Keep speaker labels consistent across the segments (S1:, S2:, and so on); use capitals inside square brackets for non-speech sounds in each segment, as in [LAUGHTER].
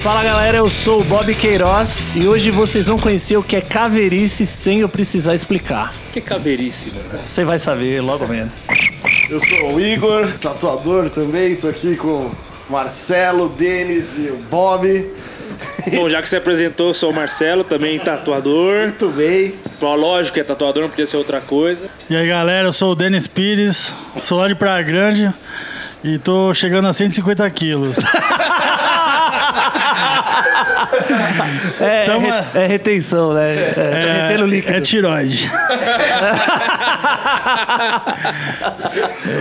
S1: Fala galera, eu sou o Bob Queiroz e hoje vocês vão conhecer o que é caveirice sem eu precisar explicar.
S2: Que caberice, mano.
S1: Você vai saber logo menos.
S3: Eu sou o Igor, [LAUGHS] tatuador também, tô aqui com o Marcelo, o Denis e o Bob.
S2: Bom, já que você apresentou, eu sou o Marcelo, também tatuador.
S3: Muito bem.
S2: Bom, Lógico que é tatuador, não podia ser outra coisa.
S4: E aí galera, eu sou o Denis Pires, sou lá de Praia Grande e tô chegando a 150 quilos.
S1: É,
S4: Então,
S1: é, re- é retenção, né? [LAUGHS] É, tá retendo líquido.
S4: é tiroide.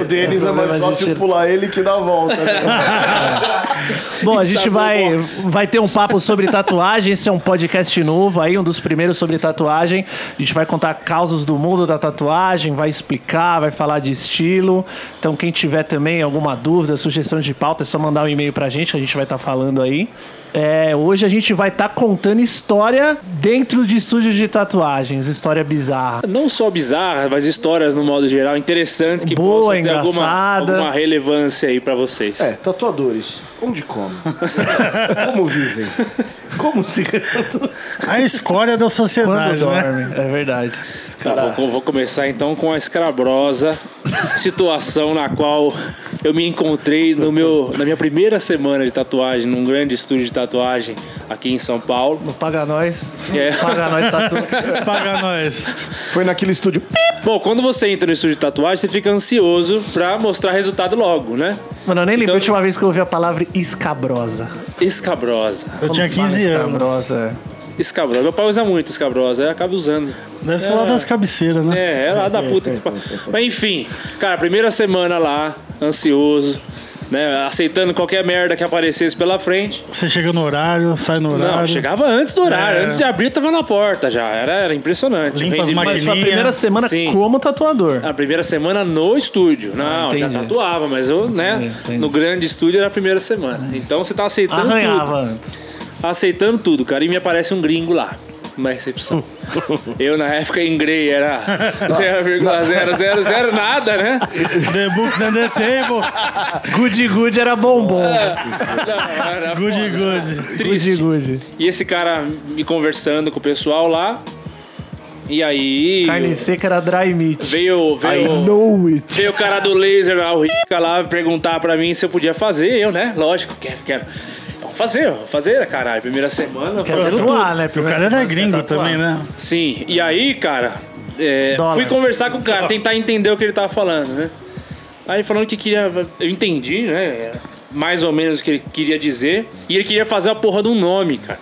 S3: O Denis é, mais
S1: problema de
S3: fácil
S1: tiro.
S3: pular ele que dá a volta. né?
S1: Bom, a gente
S2: Sabor
S1: vai,
S2: box.
S1: vai ter um papo sobre tatuagem. Esse é um podcast novo aí, um dos primeiros sobre tatuagem. A gente vai contar causas do mundo da tatuagem, vai explicar, vai falar de estilo. Então, quem tiver também alguma dúvida, sugestão de pauta, é só mandar um e-mail pra gente, que a gente vai estar falando aí. É, hoje a gente vai estar contando história dentro de estúdios de tatuagens, história bizarra.
S2: Não só bizarras, mas histórias no modo geral interessantes que
S1: Boa,
S2: possam ter alguma,
S1: engraçada.
S2: alguma relevância aí pra vocês.
S3: [LAUGHS] É, tatuadores, onde [LAUGHS] comem? Como vivem? Como se...
S4: A escória da
S1: Quando
S4: sociedade, né?
S1: dorme, é verdade.
S2: Tá, vou, vou começar então com a escabrosa situação na qual eu me encontrei no meu, na minha primeira semana de tatuagem, num grande estúdio de tatuagem aqui em São Paulo.
S1: Não paga nós.
S2: É.
S1: Paga nós, tá tatu.
S4: Paga nós.
S3: Foi naquele estúdio.
S2: Bom, quando você entra no estúdio de tatuagem, você fica ansioso pra mostrar resultado logo, né?
S1: Mano, eu nem lembro
S2: Então-
S1: a última vez que eu ouvi a palavra escabrosa.
S2: Escabrosa.
S4: Eu tinha
S1: Fala
S4: 15 anos.
S1: escabrosa. Tipo,
S2: Escabrosa. Meu pai usa muito escabrosa, eu acabo usando.
S4: Deve ser lá das cabeceiras, né?
S2: É, é lá da puta que pariu. Mas enfim, cara, primeira semana lá, ansioso, né? Aceitando qualquer merda que aparecesse pela frente.
S4: Você chega no horário, sai no horário.
S2: Não, chegava antes do horário,
S4: É.
S2: antes de abrir eu tava na porta já. Era, era impressionante.
S4: Limpa as
S2: Rendi-
S1: Mas sua
S4: Maquininha.
S1: primeira semana
S2: Sim. Ah,
S1: como tatuador.
S2: A primeira semana no estúdio. Não, já
S1: entendi.
S2: tatuava, mas eu, né,
S1: Entendi, entendi.
S2: no grande estúdio era a primeira semana. Então você tá aceitando tudo.
S1: Arranhava antes.
S2: aceitando tudo, cara. E me aparece um gringo lá. Na recepção. Eu, na época, em grey era 0,000 nada, né?
S4: [LAUGHS] The Books and the Table.
S1: Good good era bombom.
S2: É. Não, era
S4: Good,
S2: foda.
S4: good.
S2: Triste.
S1: good good.
S2: E esse cara me conversando com o pessoal lá. E aí.
S1: Carne seca era dry meat.
S2: Veio, veio,
S1: know it.
S2: veio o cara do laser, lá, o Rica, lá, perguntar pra mim se eu podia fazer. Eu, né? Lógico, quero, quero. Vamos fazer, vamos fazer, caralho. Primeira semana,
S1: Quer dizer,
S2: fazendo tudo.
S1: tatuar, né?
S4: O
S1: Primeiro
S4: cara
S1: você
S4: era
S1: quer
S4: gringo
S1: tatuar.
S4: também, né?
S2: Sim, e aí, cara, é,
S1: Dólar.
S2: fui conversar com o cara, tentar entender o que ele tava falando, né? Aí ele falando que queria. Eu entendi, né? era Mais ou menos o que ele queria dizer. E ele queria fazer a porra de um nome, cara.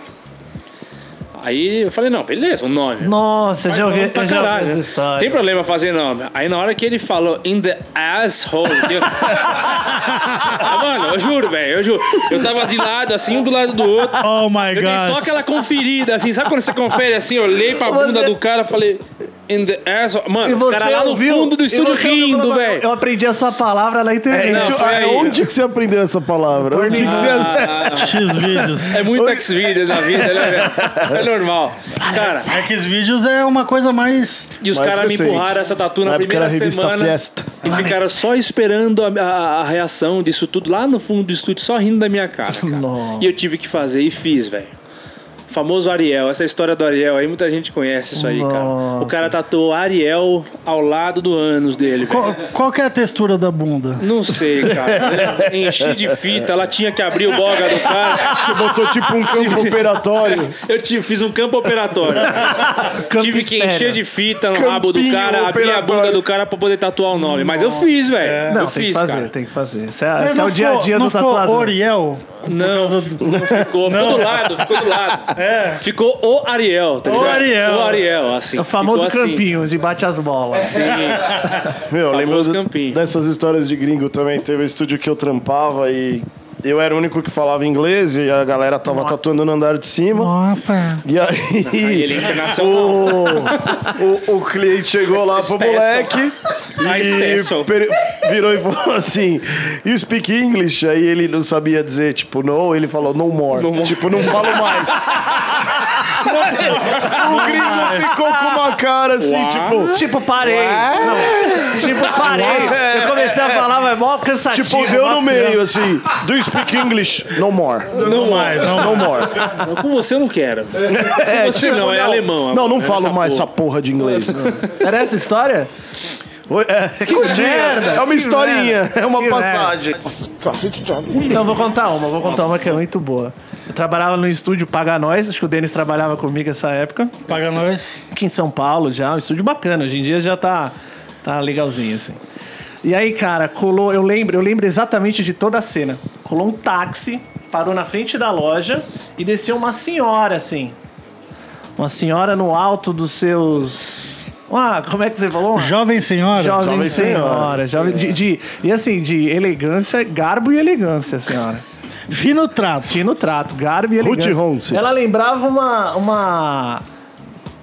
S2: Aí eu falei, não, beleza, um nome.
S1: Nossa, eu
S2: Faz
S1: já ouvi,
S2: nome pra
S1: eu já ouvi
S2: caralho,
S1: essa
S2: né?
S1: história.
S2: Tem problema fazer nome. Aí na hora que ele falou in the asshole. Eu... [LAUGHS] Ah, Mano, eu juro, velho, eu juro. Eu tava de lado, assim, um do lado do outro.
S4: Oh my
S2: Eu dei só
S4: god.
S2: aquela conferida, assim, sabe quando você confere assim, eu olhei pra
S1: Você-
S2: bunda do cara e falei. In the ass.
S1: E
S2: Mano, os
S1: você
S2: caras lá no
S1: ouviu-
S2: fundo do
S1: e
S2: estúdio
S1: você ouviu
S2: rindo,
S1: falar, Eu
S2: velho. É,
S1: aprendi essa palavra na
S3: É
S1: internet.
S2: não,
S1: Eu-
S2: foi aí.
S3: Onde que você aprendeu essa palavra? Onde que você...
S2: Ah,
S4: X vídeos.
S2: [LAUGHS] É muito X-Videos na vida, né, velho? É normal. Cara,
S4: É que os vídeos é uma coisa mais.
S2: e os
S3: Mas
S2: caras
S3: eu
S2: me
S3: sei.
S2: empurraram essa tatu na,
S3: Na época
S2: primeira
S3: era a revista
S2: semana.
S3: Fiesta.
S2: E ficaram só esperando a, a- a reação disso tudo lá no fundo do estúdio, só rindo da minha cara. cara.
S1: Nossa.
S2: E eu tive que fazer e fiz, velho. O Famoso Ariel, essa é história do Ariel aí, muita gente conhece isso aí, cara. O
S1: Nossa.
S2: cara tatuou Ariel ao lado do ânus dele, velho.
S4: Qual, qual que é a textura da bunda?
S2: Não sei, cara. Enchi de fita, ela tinha que abrir o boga do cara.
S3: Você botou tipo um campo operatório.
S2: Eu tive, fiz um campo operatório.
S1: Campo
S2: Tive que
S1: externo.
S2: encher de fita no rabo do
S3: Campinho
S2: cara, abrir a
S3: operatório.
S2: bunda do cara pra poder tatuar o nome. Mas eu fiz, velho.
S1: É. Não,
S2: eu
S1: tem
S2: fiz,
S1: que fazer,
S2: cara.
S1: tem que fazer. Esse é, esse é
S4: Não
S1: o dia a
S4: ficou-
S1: dia
S4: não
S1: do
S4: ficou
S1: tatuador.
S4: Oriel?
S2: Não, não ficou. Ficou do lado, ficou do lado. Ficou o Ariel, tá
S4: O
S2: ligado?
S4: Ariel.
S2: O Ariel, assim.
S1: É o famoso
S2: ficou assim.
S1: campinho de bate as bolas.
S2: Sim.
S3: Meu, eu lembro
S2: Famoso
S3: de-
S2: campinho.
S3: dessas histórias de gringo também. Teve um estúdio que eu trampava e eu era o único que falava inglês e a galera tava tatuando no andar de cima.
S4: Opa!
S3: E aí,
S2: Aí ele é
S3: [LAUGHS]
S2: internacional.
S3: o, o, o cliente chegou lá pro
S2: Special.
S3: moleque
S2: Ah, special.
S3: e per- virou e falou assim: You speak English? Aí ele não sabia dizer, tipo, no, ele falou no more.
S2: No more.
S3: Tipo, não falo mais. O gringo ficou com uma cara assim, tipo.
S1: Tipo, parei. Não,
S3: [LAUGHS]
S1: tipo, parei. Eu comecei a falar, mas é mó cansativo.
S3: Tipo, deu
S1: mó
S3: no meio, assim. Do you speak English? No more.
S4: Não mais, não.
S3: No more.
S2: Não, Com você eu não quero. Com você não, é alemão.
S3: Não, não
S2: Essa
S3: falo mais
S2: porra.
S3: essa porra de inglês.
S1: Era essa a história?
S3: Oi, É, curtinha.
S1: merda,
S3: é uma
S1: que
S3: historinha,
S1: merda,
S3: é uma
S1: que
S3: passagem.
S1: Não, vou contar uma, vou contar uma que é muito boa. Eu trabalhava no estúdio Paga Nós, acho que o Denis trabalhava comigo essa época.
S4: Paga nós.
S1: aqui em São Paulo já, um estúdio bacana. Hoje em dia já tá, tá legalzinho, assim. E aí, cara, colou, eu lembro, eu lembro exatamente de toda a cena. Colou um táxi, parou na frente da loja e desceu uma senhora, assim. Uma senhora no alto dos seus. Ah, como é que você falou? Uma
S4: Jovem senhora.
S1: Jovem,
S3: Jovem
S1: senhora,
S3: senhora,
S1: jovem de, de- e assim, de elegância, garbo e elegância, senhora.
S4: Fino trato.
S1: Fino trato, garbo e
S3: Ruth
S1: elegância.
S3: Ronce.
S1: Ela lembrava uma, uma...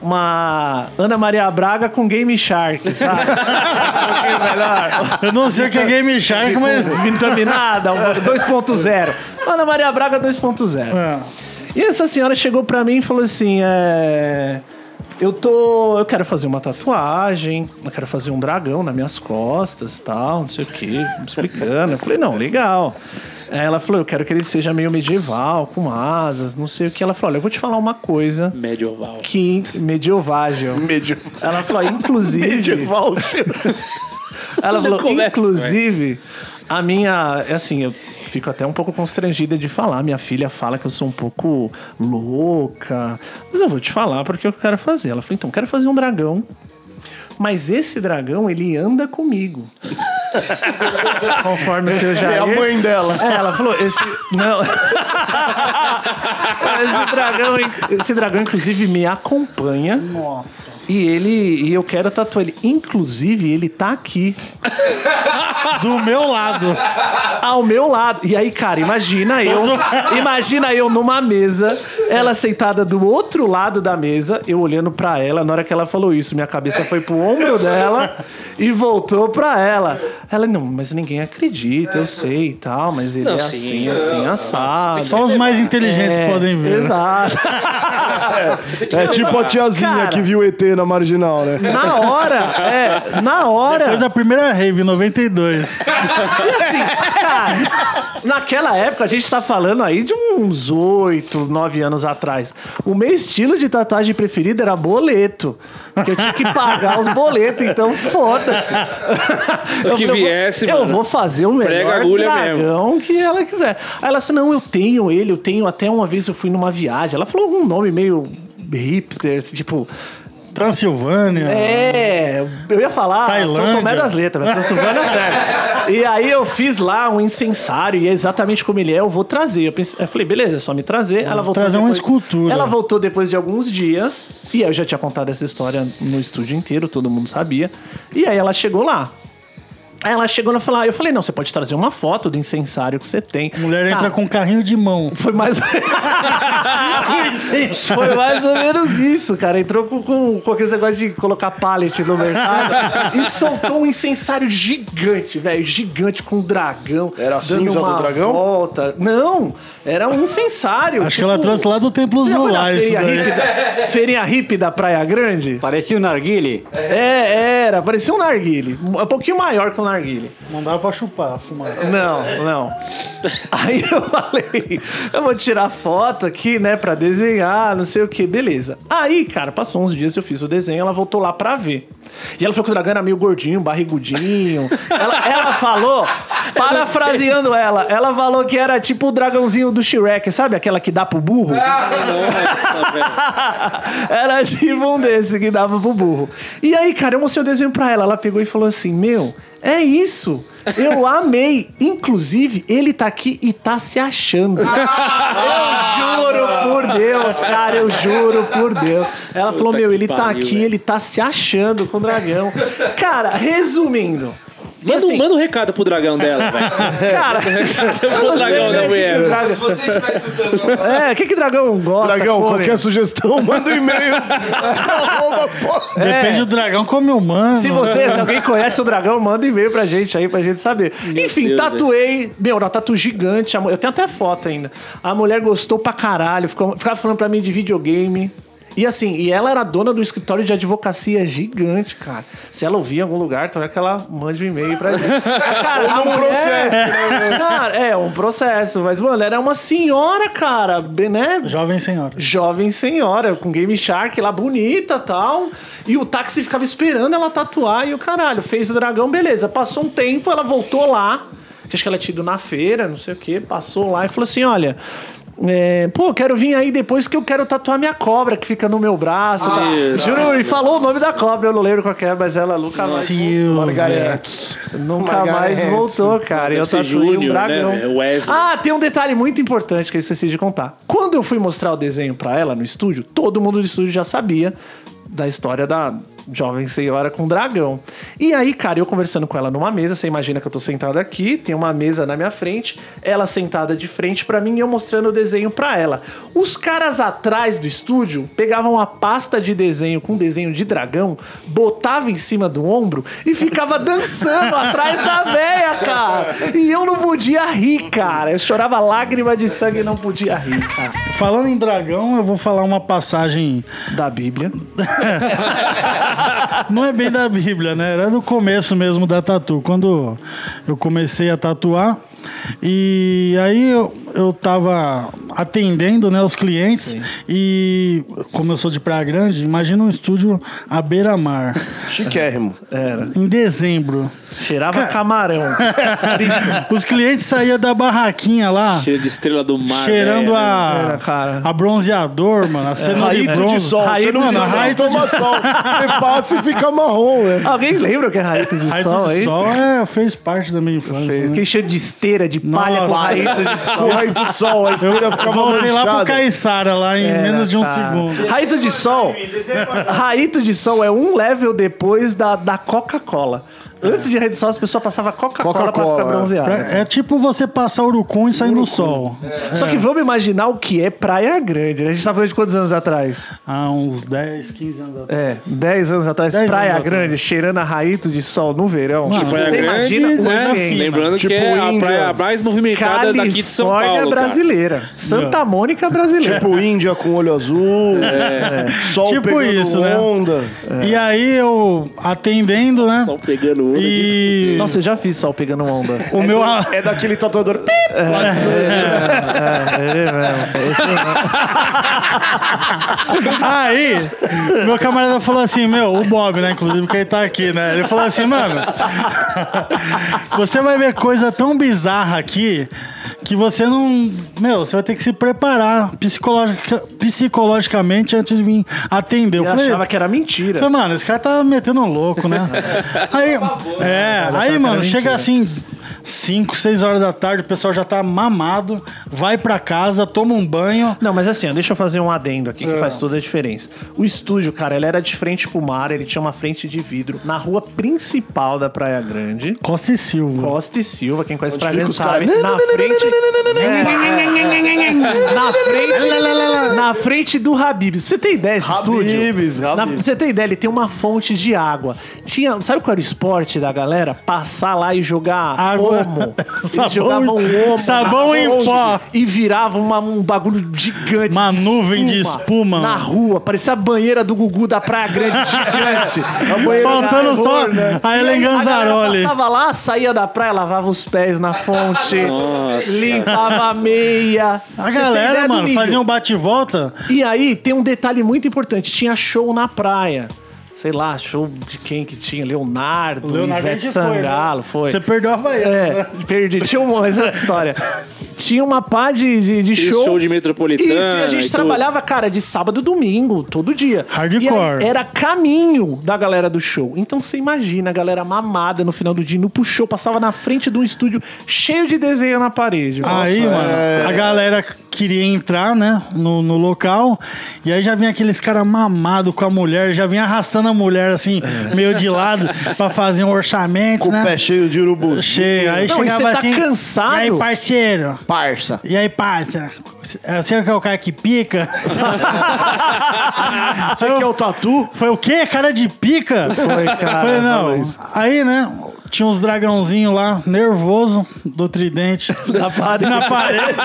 S1: Uma Ana Maria Braga com Game Shark,
S4: [LAUGHS]
S1: sabe? Um pouquinho melhor.
S4: Eu não sei o que é Game
S1: Tipo-
S4: Shark, mas.
S1: Vitaminada, um- 2.0. Ana Maria Braga 2.0.
S4: Ah,
S1: E essa senhora chegou pra mim e falou assim: é, Eu tô. Eu quero fazer uma tatuagem, eu quero fazer um dragão nas minhas costas tal, não sei o quê, me explicando. Eu falei, não, legal. Aí ela falou, eu quero que ele seja meio medieval, com asas, não sei o que. Ela falou, olha, eu vou te falar uma coisa
S2: Medieval.
S1: que medievágil.
S3: Medieval.
S1: Ela falou, inclusive.
S3: Medieval.
S1: Ela falou,
S2: Começa,
S1: inclusive, a minha. é Assim, eu fico até um pouco constrangida de falar. Minha filha fala que eu sou um pouco louca. Mas eu vou te falar porque é eu quero fazer. Ela falou, então, quero fazer um dragão. Mas esse dragão, ele anda comigo. [LAUGHS] Conforme o seu Jair.
S3: É a mãe dela.
S1: É, ela falou, esse. Não. [LAUGHS] esse, dragão, esse dragão, inclusive, me acompanha.
S4: Nossa.
S1: E ele. E eu quero tatuar ele. Inclusive, ele tá aqui.
S4: Do meu lado.
S1: ao meu lado. E aí, cara, imagina eu, imagina eu numa mesa, ela sentada do outro lado da mesa, eu olhando pra ela, na hora que ela falou isso, minha cabeça foi pro ombro dela e voltou pra ela. Ela, não, mas ninguém acredita, eu sei e tal, mas ele
S2: Não,
S1: é
S2: sim.
S1: assim, assim, assado.
S4: Só os mais inteligentes
S1: É,
S4: podem ver. né?
S1: Exato.
S3: É tipo a tiazinha
S1: Cara.
S3: que viu ET na marginal, né?
S1: Na hora, é, na hora.
S4: Depois da primeira é rave, 92.
S1: Assim, Cara, naquela época, a gente tá falando aí de uns 8, 9 anos atrás. O meu estilo de tatuagem preferido era boleto. Que eu tinha que pagar os boletos, então foda-se. Eu falei,
S2: que
S1: eu vou-
S2: viesse,
S1: Eu
S2: mano.
S1: vou fazer o
S2: Prega
S1: melhor
S2: agulha
S1: dragão que ela quiser. Aí ela disse, não, eu tenho ele, eu tenho. Até uma vez eu fui numa viagem. Ela falou algum nome meio hipster, assim, tipo...
S4: Transilvânia.
S1: É, eu ia falar
S4: Tailândia.
S1: São Tomé das Letras, mas Transilvânia serve. E aí eu fiz lá um incensário e é exatamente como ele é, eu vou trazer. Eu, pensei- eu falei, beleza, é só me trazer. Ela voltou
S4: trazer uma
S1: depois-
S4: escultura.
S1: Ela voltou depois de alguns dias e aí eu já tinha contado essa história no estúdio inteiro, todo mundo sabia. E aí ela chegou lá. Aí Ela chegou e falou, "Ah, eu falei, não, você pode trazer uma foto do incensário que você tem.
S4: A mulher entra
S1: Cara,
S4: com um carrinho de mão.
S1: foi mais. [LAUGHS] Foi mais ou menos isso, cara. Entrou com, com, com aquele negócio de colocar pallet no mercado e soltou um incensário gigante, velho. Gigante com um dragão.
S3: Era a
S1: dando
S3: cinza do
S1: uma
S3: dragão?
S1: Volta. Não, era um incensário. tipo,
S4: Acho que ela trouxe lá do Templos
S1: Você já foi na
S4: Nulais.
S1: feria hippie, da, feirinha hippie da Praia Grande?
S5: Parecia o Narguile.
S1: É, era. Parecia um narguile. Um pouquinho maior que um narguile.
S4: Não dava pra chupar, fumar.
S1: É. Não, não. Aí eu falei, eu vou tirar foto aqui, né, pra desenhar, não sei o que, beleza. Aí, cara, passou uns dias, eu fiz o desenho, ela voltou lá pra ver. E ela falou que o dragão era meio gordinho, barrigudinho. Ela, ela falou, parafraseando ela, ela falou que era tipo o dragãozinho do Shrek, sabe? Aquela que dá pro burro.
S2: Nossa, velho.
S1: [LAUGHS] Era tipo um desse que dava pro burro. E aí, cara, eu mostrei o desenho pra ela. Ela pegou e falou assim: Meu, é isso. Eu amei. Inclusive, ele tá aqui e tá se
S2: [LAUGHS]
S1: achando. Eu juro por Deus, cara. Eu juro por Deus. Ela falou:
S2: Puta
S1: Meu,
S2: que
S1: ele tá
S2: pariu,
S1: aqui,
S2: velho."
S1: ele tá se achando com o dragão. Cara, resumindo.
S2: Manda, um-
S1: assim,
S2: manda um recado pro dragão dela, velho. um
S1: Cara,
S2: Pro
S1: eu não sei,
S2: dragão
S1: né,
S2: da
S1: que
S2: mulher.
S1: que o dragão-
S2: um-
S1: É, o que, que dragão gosta?
S3: Dragão,
S1: come?
S3: qualquer sugestão, [LAUGHS] manda um e-mail. Arroba, pô.
S1: É,
S4: Depende do dragão come humano.
S1: Se você, se alguém conhece o dragão, manda um e-mail pra gente aí, pra gente saber. Enfim,
S2: Deus,
S1: tatuei. Meu, uma tatu gigante. a mu- Eu tenho até foto ainda. A mulher gostou pra caralho. ficou- ficava falando pra mim de videogame. E assim, e ela era dona do escritório de advocacia gigante, cara. Se ela ouvir em algum lugar, talvez que ela mande um e-mail pra gente. cara, a mulher... Cara, é, um processo. Mas, mano, era uma senhora, cara, be- né?
S4: Jovem senhora.
S1: Jovem senhora, com Game Shark lá bonita tal. E o táxi ficava esperando ela tatuar e o caralho. Fez o dragão, beleza. Passou um tempo, ela voltou lá. Acho que ela tinha ido na feira, não sei o que. Passou lá e falou assim: olha. é, pô, quero vir aí depois que eu quero tatuar minha cobra que fica no meu braço. tá?
S2: Ih,
S1: Juro, e falou o nome da cobra, eu não lembro qual que é, mas ela nunca mais,
S4: Silvia.
S1: nunca mais
S3: Margarete.
S1: voltou, cara. E Eu
S2: Deve ser
S1: tatuei um
S2: Júnior,
S1: dragão.
S2: né, velho? Wesley.
S1: Ah, tem um detalhe muito importante que eu esqueci de contar. Quando eu fui mostrar o desenho pra ela no estúdio, todo mundo do estúdio já sabia da história da jovem senhora com dragão. E aí, cara, eu conversando com ela numa mesa, você imagina que eu tô sentado aqui, tem uma mesa na minha frente, ela sentada de frente pra mim e eu mostrando o desenho pra ela. Os caras atrás do estúdio pegavam a pasta de desenho com um desenho de dragão, botava em cima do ombro e ficava
S3: [LAUGHS]
S1: dançando atrás da véia, cara. E eu não podia rir, cara. Eu chorava lágrima de sangue e não podia rir, cara.
S4: Falando em dragão, eu vou falar uma passagem.
S1: Da Bíblia.
S4: Não é bem da Bíblia, né? Era do começo mesmo da tatu. Quando eu comecei a tatuar. E aí eu, eu tava atendendo né, os clientes e como eu sou de Praia Grande, imagina um estúdio à beira-mar,
S3: Chiquérrimo.
S1: Era.
S4: em dezembro.
S1: Cheirava camarão.
S4: Os clientes saíam da barraquinha lá,
S2: Cheiro de estrela do mar.
S4: Ah,
S2: né?
S4: cheirando
S1: Era,
S4: a,
S1: cara.
S4: a bronzeador, mano, a cenoura de
S3: Raito de
S4: bronze.
S3: sol.
S1: Raito
S3: Você não
S1: de
S3: mano,
S1: sol.
S3: raito toma sol. [LAUGHS] Você passa e fica marrom, né? velho.
S1: Alguém lembra o que é raito de
S4: Raito
S1: sol
S4: de
S1: aí?
S4: sol é, fez parte da minha infância. né?
S1: Aquele cheiro de esteira, de palha com
S4: Nossa.
S1: raito de
S3: O
S1: sol.
S3: raito de sol, a
S4: Eu
S3: estrela ficava
S4: voltei lá pro
S3: manchada.
S4: Caiçara, lá em menos de um
S1: Cara,
S4: segundo.
S1: Raito de sol. Raito de sol é um level depois da, da Coca-Cola. Antes de rede social, as pessoas passavam Coca-Cola pra
S3: Coca-Cola,
S1: ficar
S3: é.
S1: bronzeada.
S4: Pra- É tipo você passar urucum e sair no sol.
S2: É.
S1: Só que vamos imaginar o que é Praia Grande, né? A gente tá falando de quantos anos atrás?
S4: Há uns 10, 15 anos atrás.
S1: É, 10 anos atrás,
S4: 10
S1: Praia
S4: anos
S1: Grande, cheirando a raito de sol no verão. Tipo,
S4: Mano,
S2: Praia
S1: você
S2: Grande,
S1: imagina o
S2: né?
S1: ambiente.
S2: Lembrando
S3: Tipo
S2: que é a
S3: Índia.
S2: praia mais movimentada
S1: Califórnia
S2: daqui de São Paulo. cara.
S1: brasileira. Santa Mônica brasileira.
S3: Tipo Índia com olho azul. é, Sol
S4: Tipo
S3: pegando
S4: isso, né?
S3: onda.
S4: E aí eu atendendo, né?
S2: Só pegando onda.
S4: E
S1: Nossa, eu já fiz sol pegando onda.
S4: o meu. a-
S3: É daquele tatuador.
S4: [LAUGHS] Aí, meu camarada falou assim, meu, o Bob, né? Inclusive, que ele tá aqui, né? Ele falou assim, mano, [LAUGHS] você vai ver coisa tão bizarra aqui que você não. Meu, você vai ter que se preparar psicologica- psicologicamente antes de vir atender. Eu
S1: Eu
S4: falei,
S1: achava que era
S4: Eu
S1: mentira.
S4: Falei, mano, esse cara tá metendo um louco,
S3: [LAUGHS]
S4: né? aí,
S3: né?
S4: é, aí, mano, chega assim, 5, 6 horas da tarde, o pessoal já tá mamado, vai pra casa, toma um banho.
S1: Não, mas assim, ó, deixa eu fazer um adendo aqui que faz toda a diferença. O estúdio, cara, ele era de frente pro mar, ele tinha uma frente de vidro na rua principal da Praia Grande.
S4: Costa e Silva.
S1: Costa e Silva, quem conhece Praia
S3: fica
S1: Grande
S3: os caras?
S1: sabe. Na frente. É.
S4: [LAUGHS]
S1: Na frente. Na frente do Habibs. Pra você ter ideia, esse estúdio.
S3: Habib's,
S1: na-
S3: Habib's.
S1: Pra você ter ideia, ele tem uma fonte de água. Tinha. Sabe qual era o esporte da galera? Passar lá e jogar
S4: Água. [LAUGHS]
S1: omo.
S4: Sabão
S1: Eles jogavam
S4: em-
S1: omo.
S4: sabão
S1: na
S4: em
S1: fonte
S4: pó.
S1: E virava uma- um bagulho gigante.
S4: Uma nuvem de espuma.
S1: Na rua. Parecia a banheira do Gugu da Praia Grande gigante. A banheira
S4: [LAUGHS]
S1: da-
S4: Faltando só a
S1: e aí,
S4: Ellen
S1: galera
S4: Ganzaroli.
S1: passava lá, saía da praia, lavava os pés na fonte,
S2: Nossa.
S1: limpava a meia.
S4: A galera, mano, fazia um bate-volta.
S1: E aí tem um detalhe muito importante: tinha show na praia. Sei lá, show de quem que tinha? Leonardo, Ivete Sangalo, foi.
S4: Você perdeu a Bahia.
S1: [LAUGHS] É, perdi. Tinha uma, mas é outra história. Tinha uma pá de, de, de
S2: Esse
S1: show.
S2: show de metropolitana
S1: Isso, e a gente
S2: e tudo.
S1: trabalhava, cara, de sábado e domingo, todo dia.
S4: Hardcore.
S1: E aí era caminho da galera do show. Então você imagina a galera mamada no final do dia, no puxou, passava na frente de um estúdio cheio de desenho na parede.
S4: Aí, mano,
S3: é.
S4: a galera queria entrar, né, no, no local, e aí já vinha aqueles caras mamado com a mulher, já vinha arrastando a mulher, assim, meio de lado, pra fazer um orçamento,
S3: Com o pé
S4: né?
S3: É cheio de urubu.
S4: Chega, aí
S1: Não, e
S4: chegava
S1: você tá
S4: assim,
S1: cansado?
S4: E aí, parceiro?
S3: Parça.
S4: E aí, parça? Você que é o cara que pica? [LAUGHS]
S1: Você que é o tatu? então
S4: Foi o quê? Cara de pica? Foi,
S1: cara,
S4: Falei, não.
S1: falou isso.
S4: Aí, né? Tinha uns dragãozinhos lá, nervoso, do tridente.
S1: [LAUGHS] Na parede.
S4: Na
S3: [LAUGHS]
S4: parede.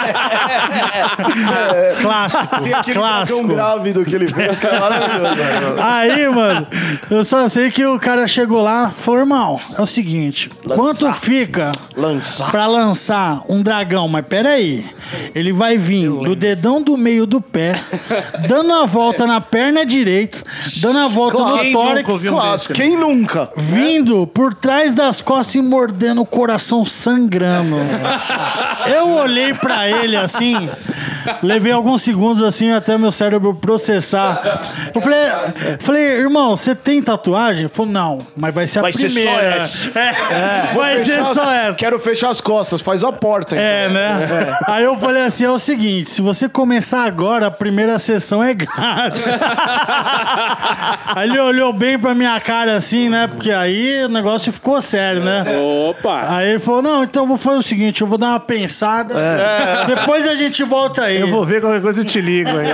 S4: clássico,
S3: Tem aquele
S4: clássico.
S3: dragão né? grávido [LAUGHS]
S4: [LAUGHS]
S3: que ele fez, cara, maravilhoso.
S4: né?
S3: mano.
S4: Aí, mano, eu só sei que o cara chegou lá e falou, irmão, é o seguinte, quanto fica
S3: Lançar.
S4: pra lançar um dragão? Mas peraí, ele vai vir do dedão do meio do pé, dando a volta na perna direita, dando a volta no
S1: Quem nunca
S4: tórax,
S1: ouviu um desse,
S3: Clássico. Quem nunca?
S4: vindo por trás das costas e mordendo o coração sangrando. Eu olhei pra ele assim, levei alguns segundos assim até meu cérebro processar. Eu falei, falei irmão, você tem tatuagem? Ele falou, não, mas vai ser a
S1: Vai ser só
S4: primeira.
S1: essa.
S4: É, Vai ser
S3: Fechar-
S4: só essa.
S3: Quero fechar as costas, faz a porta. então.
S4: É, né? Aí eu falei assim: é o seguinte, se você começar agora, a primeira sessão
S3: [LAUGHS]
S4: é grátis. aí ele olhou bem pra minha cara assim, né? Porque aí o negócio ficou sério, né?
S2: Opa!
S4: Aí ele falou: não, então eu vou fazer o seguinte, eu vou dar uma pensada.
S3: É.
S4: Depois a gente volta aí.
S1: Eu vou ver qualquer coisa eu te ligo
S3: [LAUGHS]
S1: aí.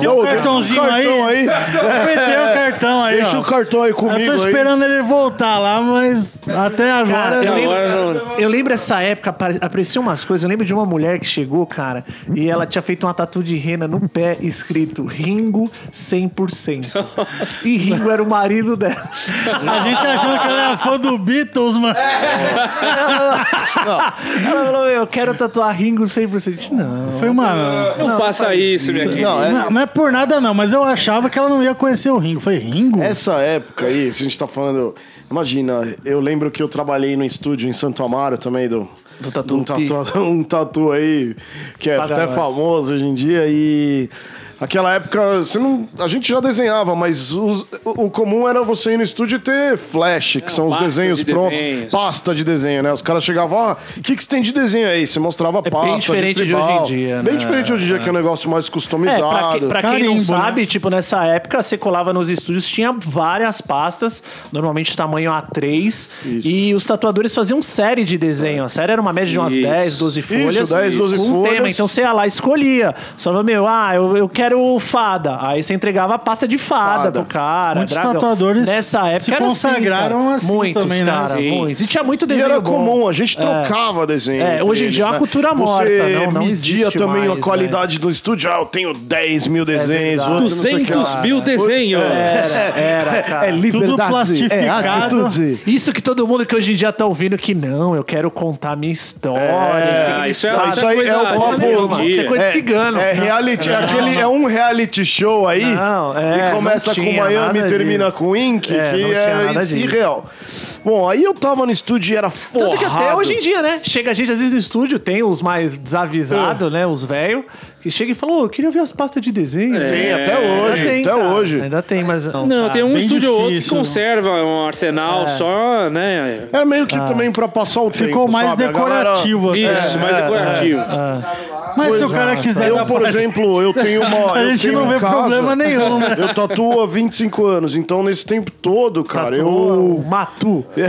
S4: Tem um cartãozinho
S3: cartão
S4: aí.
S3: aí. É.
S4: Perdeu o cartão aí.
S3: Deixa
S4: ó.
S3: o cartão aí comigo.
S4: eu tô esperando ele voltar lá, mas até agora.
S1: eu
S2: Até
S1: lembro-
S2: agora não.
S1: Eu lembro essa época, apare- apareciam umas coisas. Eu lembro de uma mulher que chegou, cara, e ela tinha feito uma tatu de rena no pé escrito Ringo 100%. E Ringo era o marido dela.
S4: A gente achando que ele era fã do Beatles, mano.
S3: É.
S1: Ela falou: "Meu, Eu quero tatuar Ringo 100%. Não.
S4: Foi uma.
S2: Não, faça isso, minha querida.
S3: Não, é-
S4: Não, não é por nada, não, mas eu achava que ela não ia conhecer o Ringo. Foi Ringo?
S3: Essa época aí, se a gente tá falando. Imagina, eu lembro que eu trabalhei no estúdio em Santo Amaro também do.
S1: Do Tatu
S3: um
S1: Tupi.
S3: tatu, [LAUGHS] um tatu aí, que é
S1: Paga
S3: até
S1: nós.
S3: famoso hoje em dia. E aquela época, você não, a gente já desenhava, mas os- o, o comum era você ir no estúdio e ter flash, que são os
S2: pastas
S3: desenhos
S2: de
S3: prontos.
S2: desenhos.
S3: Pasta de desenho, né? Os caras chegavam, ó, o que, que você tem de desenho aí? Você mostrava
S1: É bem
S3: pasta.
S1: diferente de
S3: tribal.
S1: hoje em dia,
S3: Bem
S1: né?
S3: diferente hoje em dia, que é um negócio mais
S1: É,
S3: customizado.
S1: pra, que- pra quem não
S4: Carimbo, né?
S1: sabe, tipo, nessa época, você colava nos estúdios, tinha várias pastas, normalmente tamanho A3, e os tatuadores faziam série de desenho. A série era uma média de umas
S2: Isso.
S1: 10, 12 folhas.
S3: 10, 12
S1: com um
S3: folhas.
S1: tema, então você ia lá e escolhia. Só falava, meu, ah, eu, eu quero fada. Aí você entregava a pasta de fada,
S3: Fada.
S1: pro cara.
S4: Muitos
S1: dragão.
S4: tatuadores
S1: Nessa época
S4: se
S1: era
S4: consagraram
S1: assim,
S4: assim
S1: cara. Muitos,
S4: também, né?
S1: cara,
S2: Sim.
S1: muitos. E tinha muito
S3: E
S1: desenho
S3: era
S1: bom.
S3: comum, a gente trocava desenho.
S1: É,
S3: entre
S1: hoje em
S3: eles,
S1: dia é uma
S3: né?
S1: cultura morta, não- não
S3: Você media
S1: existe
S3: também
S1: mais, né? É
S3: a qualidade do estúdio. Ah, eu tenho 10 mil desenhos.
S1: verdade.
S3: outro não sei o que lá.
S2: 200 mil né? É desenhos!
S1: Era, era, cara.
S4: Tudo
S3: é
S4: plastificado.
S1: Isso que todo mundo que hoje em dia tá ouvindo que não, eu quero contar minha história.
S2: É,
S3: Ah,
S2: isso é-
S1: significado.
S2: isso é coisa de
S1: papo,
S2: hoje em
S1: isso é
S2: dia.
S1: coisa de cigano.
S3: É, reality, é aquele, é um reality show aí
S1: Não, é,
S3: que
S1: não
S3: começa com
S1: tinha nada
S3: Miami e termina
S1: disso.
S3: com Inc,
S1: É,
S3: que
S1: não tinha nada
S3: é
S1: disso.
S3: irreal. Bom, aí eu tava no estúdio e era forrado.
S1: Tanto que até hoje em dia, né? Chega a gente, às vezes, no estúdio, tem os mais desavisados, né? Os velhos, que chega e fala, ô, eu queria ver as pastas de desenho.
S3: Tem, até
S1: Ainda
S3: hoje,
S1: tem,
S3: até
S1: cara.
S3: hoje.
S1: Ainda tem, mas...
S2: Não,
S1: cara.
S2: tem um
S4: bem
S2: estúdio ou outro que
S4: difícil,
S2: conserva um arsenal só, né?
S3: Era meio
S1: Ah.
S3: que também pra passar o tempo,
S4: Ficou mais
S3: sabe? A galera-
S4: decorativo. até.
S2: Isso, é mais decorativo.
S4: Mas se o cara quiser
S3: Eu,
S4: dar
S3: por
S4: pra-
S3: exemplo, eu tenho
S4: [LAUGHS]
S3: uma.
S4: A
S3: eu
S4: gente
S3: tenho
S4: não
S3: em
S4: vê
S3: casa-
S4: problema nenhum, né?
S3: Eu tatuo há 25 anos, então nesse tempo todo, cara,
S1: Tatu,
S3: [LAUGHS]
S1: Matu.
S3: eu.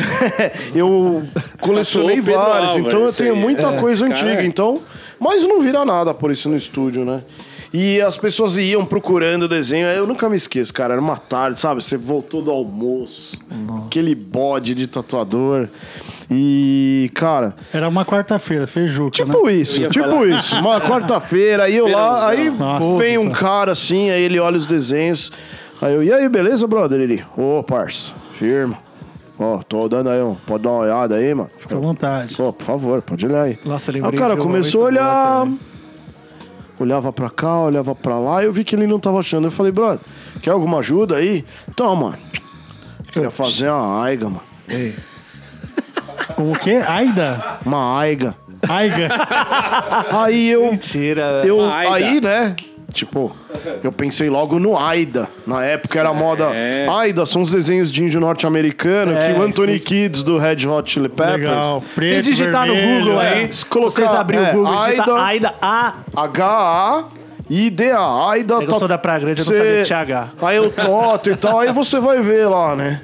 S3: eu colecionei
S2: Tatuou o Pedro
S3: vários,
S2: Álvares,
S3: então eu
S2: isso
S3: tenho
S2: aí.
S3: muita
S2: É,
S3: coisa
S2: cara,
S3: antiga,
S2: é.
S3: então. Mas não vira nada por isso no estúdio, né? E as pessoas iam procurando o desenho. Eu nunca me esqueço, cara. Era uma tarde, sabe? Você voltou do almoço, aquele bode de tatuador. E, cara,
S4: Era uma quarta-feira, feijuca, né?
S3: Tipo isso, tipo isso. Uma quarta-feira, aí eu lá,
S2: Esperança.
S3: aí
S4: Nossa.
S3: vem um cara assim, aí ele olha os desenhos. Aí eu, e aí, beleza, brother? Ele, ô, parça, firma. Ó, tô dando aí, um, pode dar uma olhada aí, mano.
S4: Fica à vontade.
S3: Pô, por favor, pode olhar aí.
S1: Nossa,
S3: aí
S1: lembrei
S3: o cara
S1: de uma
S3: começou a
S1: muito boa
S3: olhar.
S1: também.
S3: Olhava pra cá, olhava pra lá, eu vi que ele não tava achando. Eu falei, brother, quer alguma ajuda aí? Toma. Queria fazer uma aiga, mano.
S4: Como o quê? Aida?
S3: Uma aiga.
S4: Aiga.
S3: [LAUGHS] Aí eu.
S1: Mentira.
S3: Eu,
S2: A Aida.
S3: aí, né? Tipo, eu pensei logo no Aida. Na época era moda.
S2: É.
S3: Aida são os desenhos de índio norte-americano
S1: É,
S3: que o Anthony Kids do Red Hot Chili Peppers.
S4: Legal. um Preto,
S1: Vocês digitaram no
S4: vermelho,
S1: Google
S4: é.
S1: aí,
S3: Se
S1: se
S3: colocar,
S1: vocês abriram
S3: é,
S1: o Google, digita
S3: Aida-
S1: Aida A,
S3: H-A-I-D-A. Aida
S1: Eu sou da Praia Grande, eu não sabia que tinha H.
S3: Aí eu toto e tal, aí você vai ver lá, né?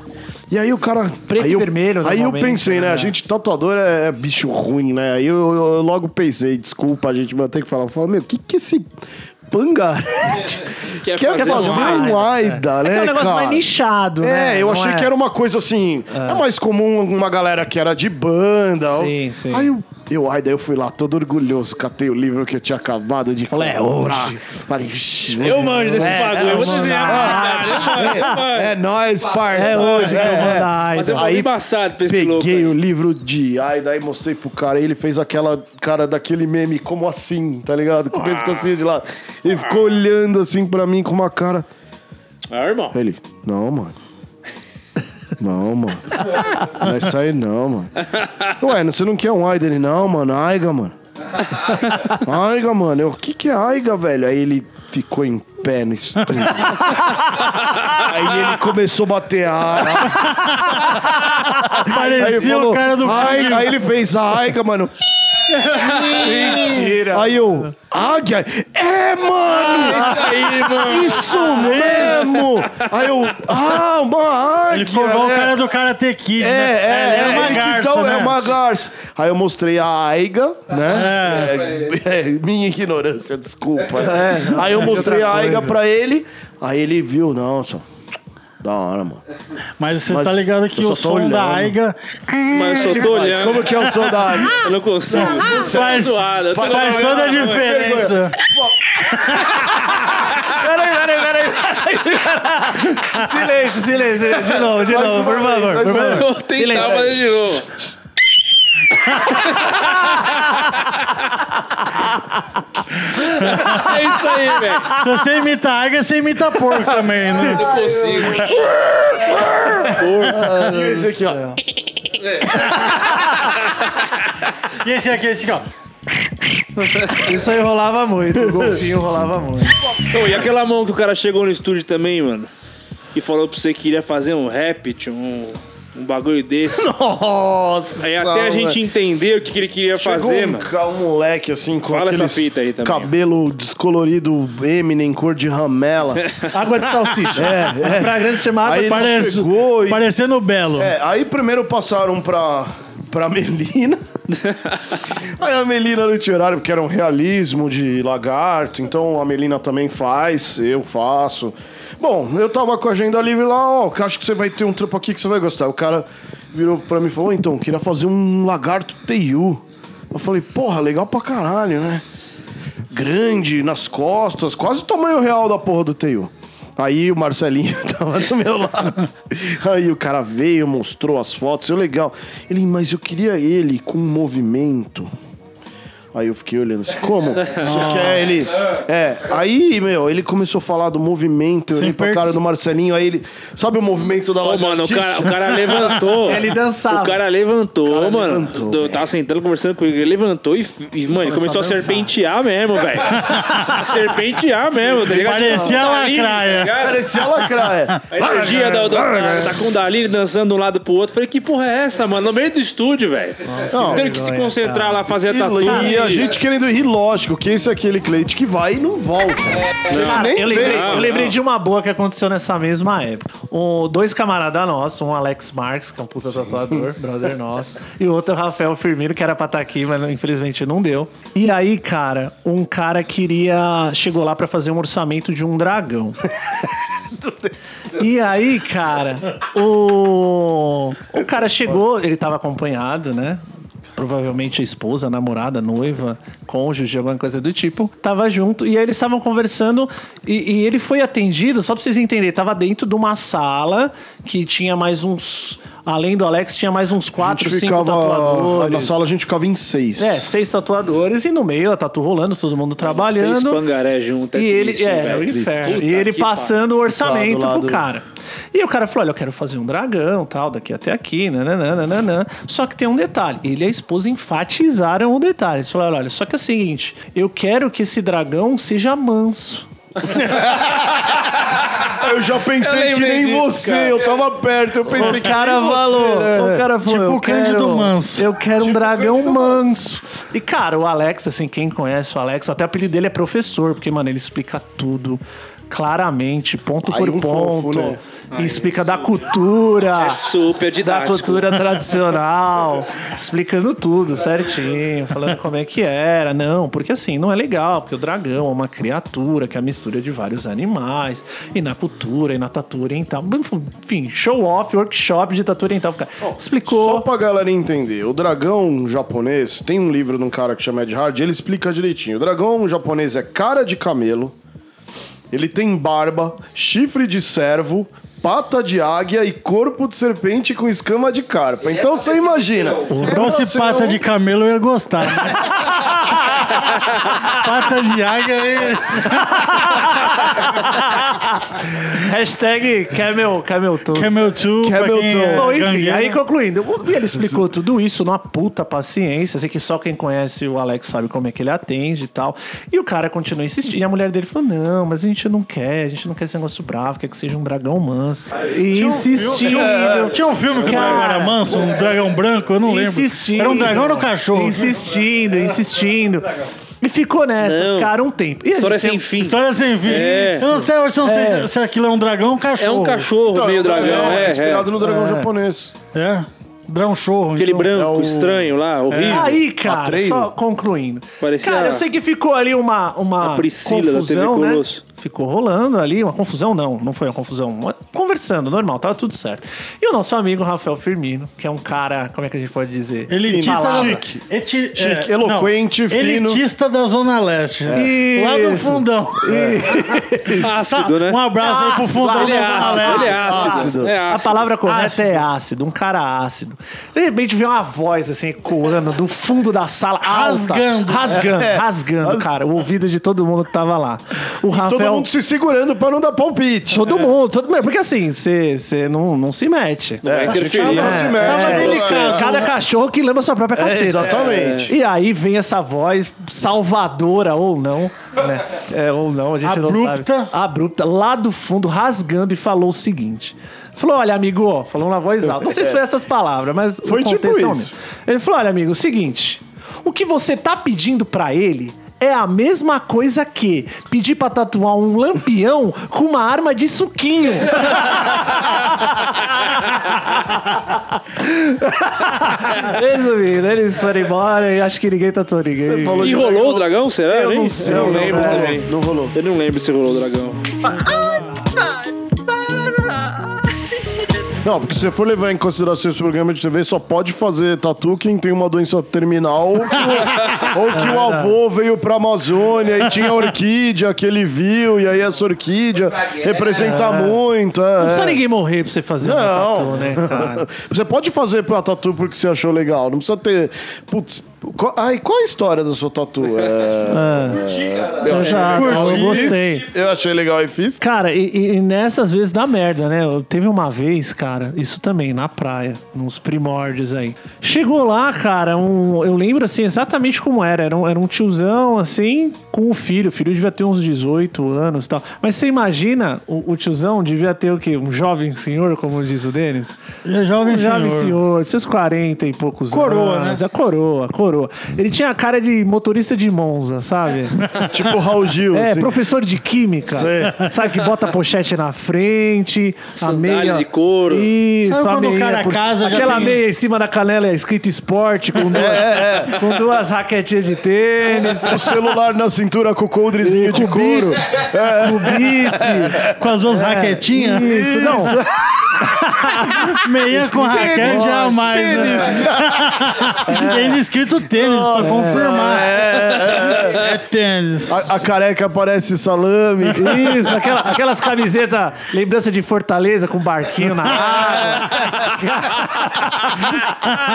S3: E aí o cara.
S1: Preto
S3: aí
S1: e
S3: eu-
S1: vermelho,
S3: Aí eu
S1: normalmente,
S3: pensei, né?
S1: né?
S3: A gente tatuador é, é bicho ruim, né? Aí eu, eu logo pensei, desculpa, gente, mas eu tenho que falar. Eu falo, meu, o que que esse [LAUGHS] pangarete.
S2: Quer
S3: Quer fazer,
S2: fazer um
S3: um AIDA,
S1: É
S3: né,
S1: que é um negócio
S3: cara?
S1: mais nichado,
S3: É,
S1: né?
S3: eu
S1: Não
S3: achei
S1: é-
S3: que era uma coisa assim. É. mais comum uma galera que era de banda.
S1: Sim,
S3: ou-
S1: sim.
S3: Aí eu, eu, aí daí eu fui lá todo orgulhoso, catei o livro que eu tinha acabado de
S1: Falei, é
S3: comprar.
S1: hoje.
S3: Falei, "Ixi,
S2: Eu manjo desse
S1: É,
S2: bagulho. Eu vou
S1: vamos
S2: desenhar
S1: lá.
S2: pra esse cara. Eu manjo.
S3: [LAUGHS] É nóis, parça.
S1: É hoje que eu
S3: É,
S1: mando a
S2: Fazer um
S1: AIDA.
S2: bagulho embaçado pra esse louco.
S3: Peguei
S2: aí.
S3: o livro de Aida aí mostrei pro cara. E ele fez aquela cara daquele meme, como assim, tá ligado? Com o pescocinho de lado. Ele ficou olhando assim pra mim com uma cara.
S2: Ah, irmão.
S3: Ele, não, mano. [LAUGHS] Não, mano. Não é isso aí, não, mano. Ué, você não quer um Aiga? Ele, não, mano, Aiga, mano. [LAUGHS] Aiga, mano. Eu, o que que é Aiga, velho? Aí ele ficou em pé no estúdio.
S4: [LAUGHS]
S3: aí ele começou a bater Aiga. Aí ele
S4: Parecia
S3: falou,
S4: o cara do
S3: "Ai",
S4: filme.
S3: Aí ele fez a Aiga, mano.
S1: Mentira.
S3: Aí eu, Águia? É,
S4: Ah.
S3: mano!
S2: Isso aí, mano.
S3: Isso mesmo! Aí eu, ah, uma águia!
S4: Ele ficou igual o
S3: né?"
S4: cara do Karate Kid,
S3: É,
S4: né?
S3: é,
S4: ele era uma
S3: ele quis
S4: garça,
S3: dar um-
S4: né?
S3: É uma garça. Aí eu mostrei a Aiga, né? É, é, minha ignorância, desculpa. É, Aí eu mostrei a Aiga pra ele, aí ele viu, não, só. Da hora, mano.
S4: Mas você
S3: Mas
S4: tá ligado que
S3: eu
S4: o
S3: só tô
S4: som da
S3: olhando.
S4: Aiga
S2: Mano, eu só tô olhando.
S3: Como que é o som da Aiga?
S2: Eu não consigo. Você é
S4: faz-
S2: zoado. Eu tô
S4: faz
S2: olhando,
S4: toda a
S2: mano.
S4: diferença.
S1: Peraí, peraí, peraí, peraí. Silêncio, silêncio. De novo, de
S3: Mais
S1: novo,
S3: uma
S1: por
S3: vez,
S1: favor.
S3: mais
S1: Por
S3: uma
S1: favor.
S3: vez.
S2: Vou tentar
S1: Silêncio.
S2: fazer de novo. é isso aí, velho.
S4: Se você imita a Aiga, você imita porco também, né?
S2: Não consigo.
S3: E esse aqui, ó. É.
S4: E esse aqui, esse aqui, ó.
S1: Isso aí rolava muito. O golfinho rolava muito.
S2: Ô, e aquela mão que o cara chegou no estúdio também, mano. E falou pra você que iria fazer um rap, tio, um, um bagulho desse.
S3: Nossa!
S2: Aí até a gente entender o que, que ele queria
S3: Chegou
S2: fazer,
S3: um,
S2: mano.
S3: ca- um moleque assim com
S2: Fala essa
S3: aqueles
S2: fita aí também.
S3: cabelo descolorido Eminem cor de ramela.
S1: Água de salsicha. É, é. Pra grande se chama água
S3: Aí
S1: de
S3: ele
S4: Parece-
S3: chegou e
S4: Parecendo o Belo.
S3: É, aí primeiro passaram pra, pra Melina. aí a Melina não tinha horário, porque era um realismo de lagarto. Então a Melina também faz, eu faço. Bom, eu tava com a agenda livre lá, ó, acho que você vai ter um trampo aqui que você vai gostar. O cara virou pra mim e falou, então, queria fazer um lagarto TU. Eu falei, porra, legal pra caralho, né? grande nas costas, quase o tamanho real da porra do Teiu. Aí o Marcelinho [LAUGHS] tava do meu lado. Aí o cara veio, mostrou as fotos, eu legal. Ele, mas eu queria ele com um movimento. Aí eu fiquei olhando assim, como? Você quer ele? É, aí, meu, ele começou a falar do movimento, eu
S4: Sem
S3: olhei pra
S4: perdi-
S3: cara do Marcelinho, aí ele. Sabe o movimento da
S2: Ô, mano, o
S3: lagartixa?
S2: cara, o cara levantou.
S1: Ele dançava.
S2: O cara levantou, mano.
S3: levantou,
S2: eu tava sentando, conversando comigo. Ele levantou e, e, mano, ele começou
S1: Começou a
S2: a,
S1: dançar.
S2: serpentear mesmo, velho. A serpentear mesmo, tá ligado?
S4: Parecia
S2: Tipo,
S4: a
S2: Kundalini,
S4: lacraia.
S2: ligado?
S3: Parecia é. lacraia.
S2: A energia da, da, da, da Kundalini dançando de um lado pro outro. Falei, que porra é essa, mano? No meio do estúdio, velho.
S3: Não,
S2: Tendo que se concentrar lá, fazer a tatu.
S3: E, a gente querendo ir, lógico, que esse é aquele cliente que vai e não volta. Que ele
S1: Cara,
S3: nem
S1: eu lembrei,
S3: vem.
S1: eu
S2: não.
S1: lembrei de uma boa que aconteceu nessa mesma época. Um, dois camaradas nossos, um Alex Marques, que é um puta tatuador, [LAUGHS] brother nosso, e o outro Rafael Firmino, que era pra estar aqui, mas infelizmente não deu. E aí, cara, um cara queria. chegou lá pra fazer um orçamento de um dragão. E aí, cara, o, o cara chegou, ele tava acompanhado, né? Provavelmente a esposa, a namorada, a noiva, cônjuge, alguma coisa do tipo, tava junto. E aí eles estavam conversando e, e ele foi atendido, só pra vocês entenderem, tava dentro de uma sala que tinha mais uns. Além do Alex, tinha mais uns
S3: A
S1: quatro,
S3: gente
S1: cinco
S3: ficava. Na
S1: tatuadores.
S3: sala a gente ficava em seis.
S1: É, seis tatuadores e no meio a tatu rolando, todo mundo trabalhando.
S2: Seis pangaré junto, é
S1: E ele,
S2: triste,
S1: é,
S2: velho,
S1: era o
S2: é triste.
S1: inferno.
S2: Puta
S1: E ele
S2: que pariu.
S1: passando o orçamento
S3: Lado, lado.
S1: pro cara. E o cara falou: Olha, eu quero fazer um dragão, tal, daqui até aqui, nananana. Só que tem um detalhe: ele e a esposa enfatizaram o detalhe. Eles falaram: Olha, só que é o seguinte, eu quero que esse dragão seja
S2: [LAUGHS]
S1: manso.
S3: Eu já pensei
S2: Eu
S3: que
S2: lembrei
S3: nem
S2: disso,
S3: você,
S2: cara.
S3: eu tava perto, eu pensei
S1: O
S3: que
S1: cara
S3: nem
S1: falou,
S3: você, né?
S1: o cara falou,
S4: Tipo
S1: eu
S4: o Cândido
S1: quero-
S4: Manso.
S1: Eu quero um dragão manso. E cara, o Alex, assim, quem conhece o Alex, até o apelido dele é professor, porque mano, ele explica tudo. claramente, ponto
S3: Aí
S1: por
S3: um fofo,
S1: ponto.
S3: né?
S1: Explica da cultura.
S2: É super
S1: da
S2: didático.
S1: cultura tradicional, explicando tudo certinho, falando como é que era. Não, porque assim, não é legal, porque o dragão é uma criatura que é a mistura de vários animais, e na cultura, e na tatu oriental. Enfim, show off, workshop de tatu oriental. Cara.
S3: Só
S1: Explicou.
S3: pra galera entender, o dragão japonês tem um livro de um cara que chama Ed Hard, ele explica direitinho. O dragão japonês é cara de camelo, ele tem barba, chifre de cervo, pata de águia e corpo de serpente com escama de carpa.
S1: é
S3: então você imagina.
S4: Se fosse pata de camelo, eu ia
S3: [LAUGHS]
S4: gostar. né? pata de águia e...
S1: Hashtag Camel, Camel Tour.
S4: Camel Two, pra
S3: Camel
S4: quem
S3: Toe.
S4: é
S1: Bom, enfim,
S4: gangueiro.
S1: aí concluindo, o- ele explicou tudo isso numa puta paciência. Sei que só quem conhece o Alex sabe como é que ele atende e tal. E o cara continua insistindo. E a mulher dele falou: Não, mas a gente não quer, a gente não quer esse negócio bravo, quer que seja um dragão manso. E
S4: Tinha um-
S1: insistindo.
S4: Tinha, tinha um filme que o dragão
S1: Cara.
S4: era manso, um dragão branco, eu não lembro.
S1: Insistindo.
S4: Era um dragão ou um cachorro?
S1: Insistindo, insistindo. E ficou nessas,
S2: Não.
S1: cara, um tempo. E a
S2: História
S1: gente
S2: sem
S1: sempre-
S2: fim.
S4: História sem fim.
S2: É.
S4: Eu não sei, eu não sei se aquilo é um dragão ou um
S2: É
S4: cachorro.
S2: um cachorro meio dragão, é, é.
S3: inspirado no dragão japonês.
S4: É? Dragão chorro.
S2: Aquele
S4: então.
S2: branco
S3: é o-
S2: estranho lá, horrível.
S1: Aí, cara,
S3: Atreio.
S1: só concluindo.
S2: Parecia
S1: cara,
S2: a-
S1: eu sei que ficou ali uma, uma
S2: a Priscila da
S1: confusão,
S2: TV
S1: né?
S2: Colosso.
S1: Ficou rolando ali, uma confusão não, não foi uma confusão, uma- conversando, normal, tava tudo certo. E o nosso amigo Rafael Firmino, que é um cara, como é que a gente pode dizer?
S4: Elitista
S1: Palavra.
S4: chique. Eti,
S3: Chique, eloquente, fino.
S4: Elitista da Zona Leste.
S1: É.
S4: Lá do
S1: Isso.
S4: fundão.
S1: tá
S2: Ácido, né?
S4: Um abraço aí pro
S1: Ácido,
S4: fundão
S2: Ele é
S4: da Zona
S2: ácido,
S4: Leste.
S2: ele é ácido. É
S1: A
S2: ácido.
S1: palavra correta é ácido, um cara ácido. De repente vem uma voz assim ecoando do fundo da sala, alta,
S4: Rasgando.
S1: rasgando,
S3: É.
S1: rasgando, cara, o ouvido de todo mundo que tava lá. O Rafael
S3: Todo mundo se segurando pra não dar palpite.
S1: Todo mundo, todo mundo. Porque assim, você não, não se mete.
S2: Vai interferir.
S3: a gente não
S2: É,
S3: se mexe.
S4: tava
S3: É.
S4: delicado.
S1: Cada cachorro que lama sua própria caceta.
S3: exatamente.
S1: E aí vem essa voz salvadora ou não, né? É, ou não, a gente não
S4: Abrupta.
S1: sabe. Abrupta. Lá do fundo, rasgando e falou o seguinte. Falou, olha, amigo, ó", falou na voz alta. Não sei se foi essas palavras, mas
S3: É. Foi
S1: o
S3: tipo
S1: contexto é o
S3: isso.
S1: mesmo. Ele falou, olha, amigo, o seguinte. O que você tá pedindo pra ele é a mesma coisa que pedir pra tatuar um lampião com uma arma de suquinho. [LAUGHS] [LAUGHS] Resumindo, eles foram embora e acho que ninguém tatuou ninguém.
S3: Você falou
S2: E
S3: de-
S2: rolou o dragão, será?
S1: Eu
S2: Nem-
S1: não sei,
S2: Eu não
S1: não,
S2: lembro
S1: não,
S2: também.
S3: Não rolou.
S2: Eu não lembro se rolou o dragão.
S3: Não, porque se você for levar em consideração esse programa de TV, só pode fazer tatu quem tem uma doença terminal ou
S1: [LAUGHS]
S3: que o, ou que o avô veio pra Amazônia e tinha orquídea que ele viu, e aí essa orquídea representa muito. É,
S1: Não precisa
S3: é.
S1: ninguém morrer pra você fazer um
S3: Não.
S1: tatu, né, cara?
S3: [LAUGHS] Você pode fazer pra tatu porque você achou legal. Não precisa ter. Putz, qual, ai, qual a história da sua tatu?
S1: [LAUGHS]
S3: É,
S1: Exato, Ah, eu
S4: Curti.
S1: gostei.
S3: eu achei legal e fiz.
S1: Cara, e, e- e nessas vezes dá merda, né? Eu- Teve uma vez, cara, isso também, na praia, nos primórdios aí. Chegou lá, cara, um, eu lembro assim exatamente como era. Era um, era um tiozão, assim, com o filho. O filho devia ter uns 18 anos e tal. Mas você imagina, o, o tiozão devia ter o quê? Um jovem senhor, como diz o Denis?
S4: É jovem
S1: Um jovem
S4: senhor.
S1: senhor, de seus 40 e poucos
S4: Coroa,
S1: anos. né? Coroa, coroa. Ele tinha a cara de motorista de Monza,
S4: [LAUGHS]
S1: sabe?
S3: Tipo Raul Gil.
S1: É,
S3: assim.
S1: professor de química. Sabe que bota a pochete na frente,
S2: Sandália
S1: a meia
S2: de couro.
S1: Isso,
S4: Sabe
S1: a
S4: quando o
S1: meia.
S4: cara casa, já
S1: Aquela
S4: tem- É,
S1: meia em cima da canela é escrito esporte
S4: [LAUGHS]
S1: com duas, com duas raquetinhas de tênis.
S3: O celular na cintura com o coldrezinho de couro.
S1: Com
S4: [LAUGHS]
S1: bip.
S4: Com as duas raquetinhas.
S1: Isso, não.
S4: Meia com raquete
S3: Tênis.
S4: jamais, né? E ainda escrito tênis, pra confirmar. É, tênis.
S3: A, a careca parece salame.
S1: Isso, aquela- aquelas camisetas, lembrança de Fortaleza com barquinho na água. [LAUGHS]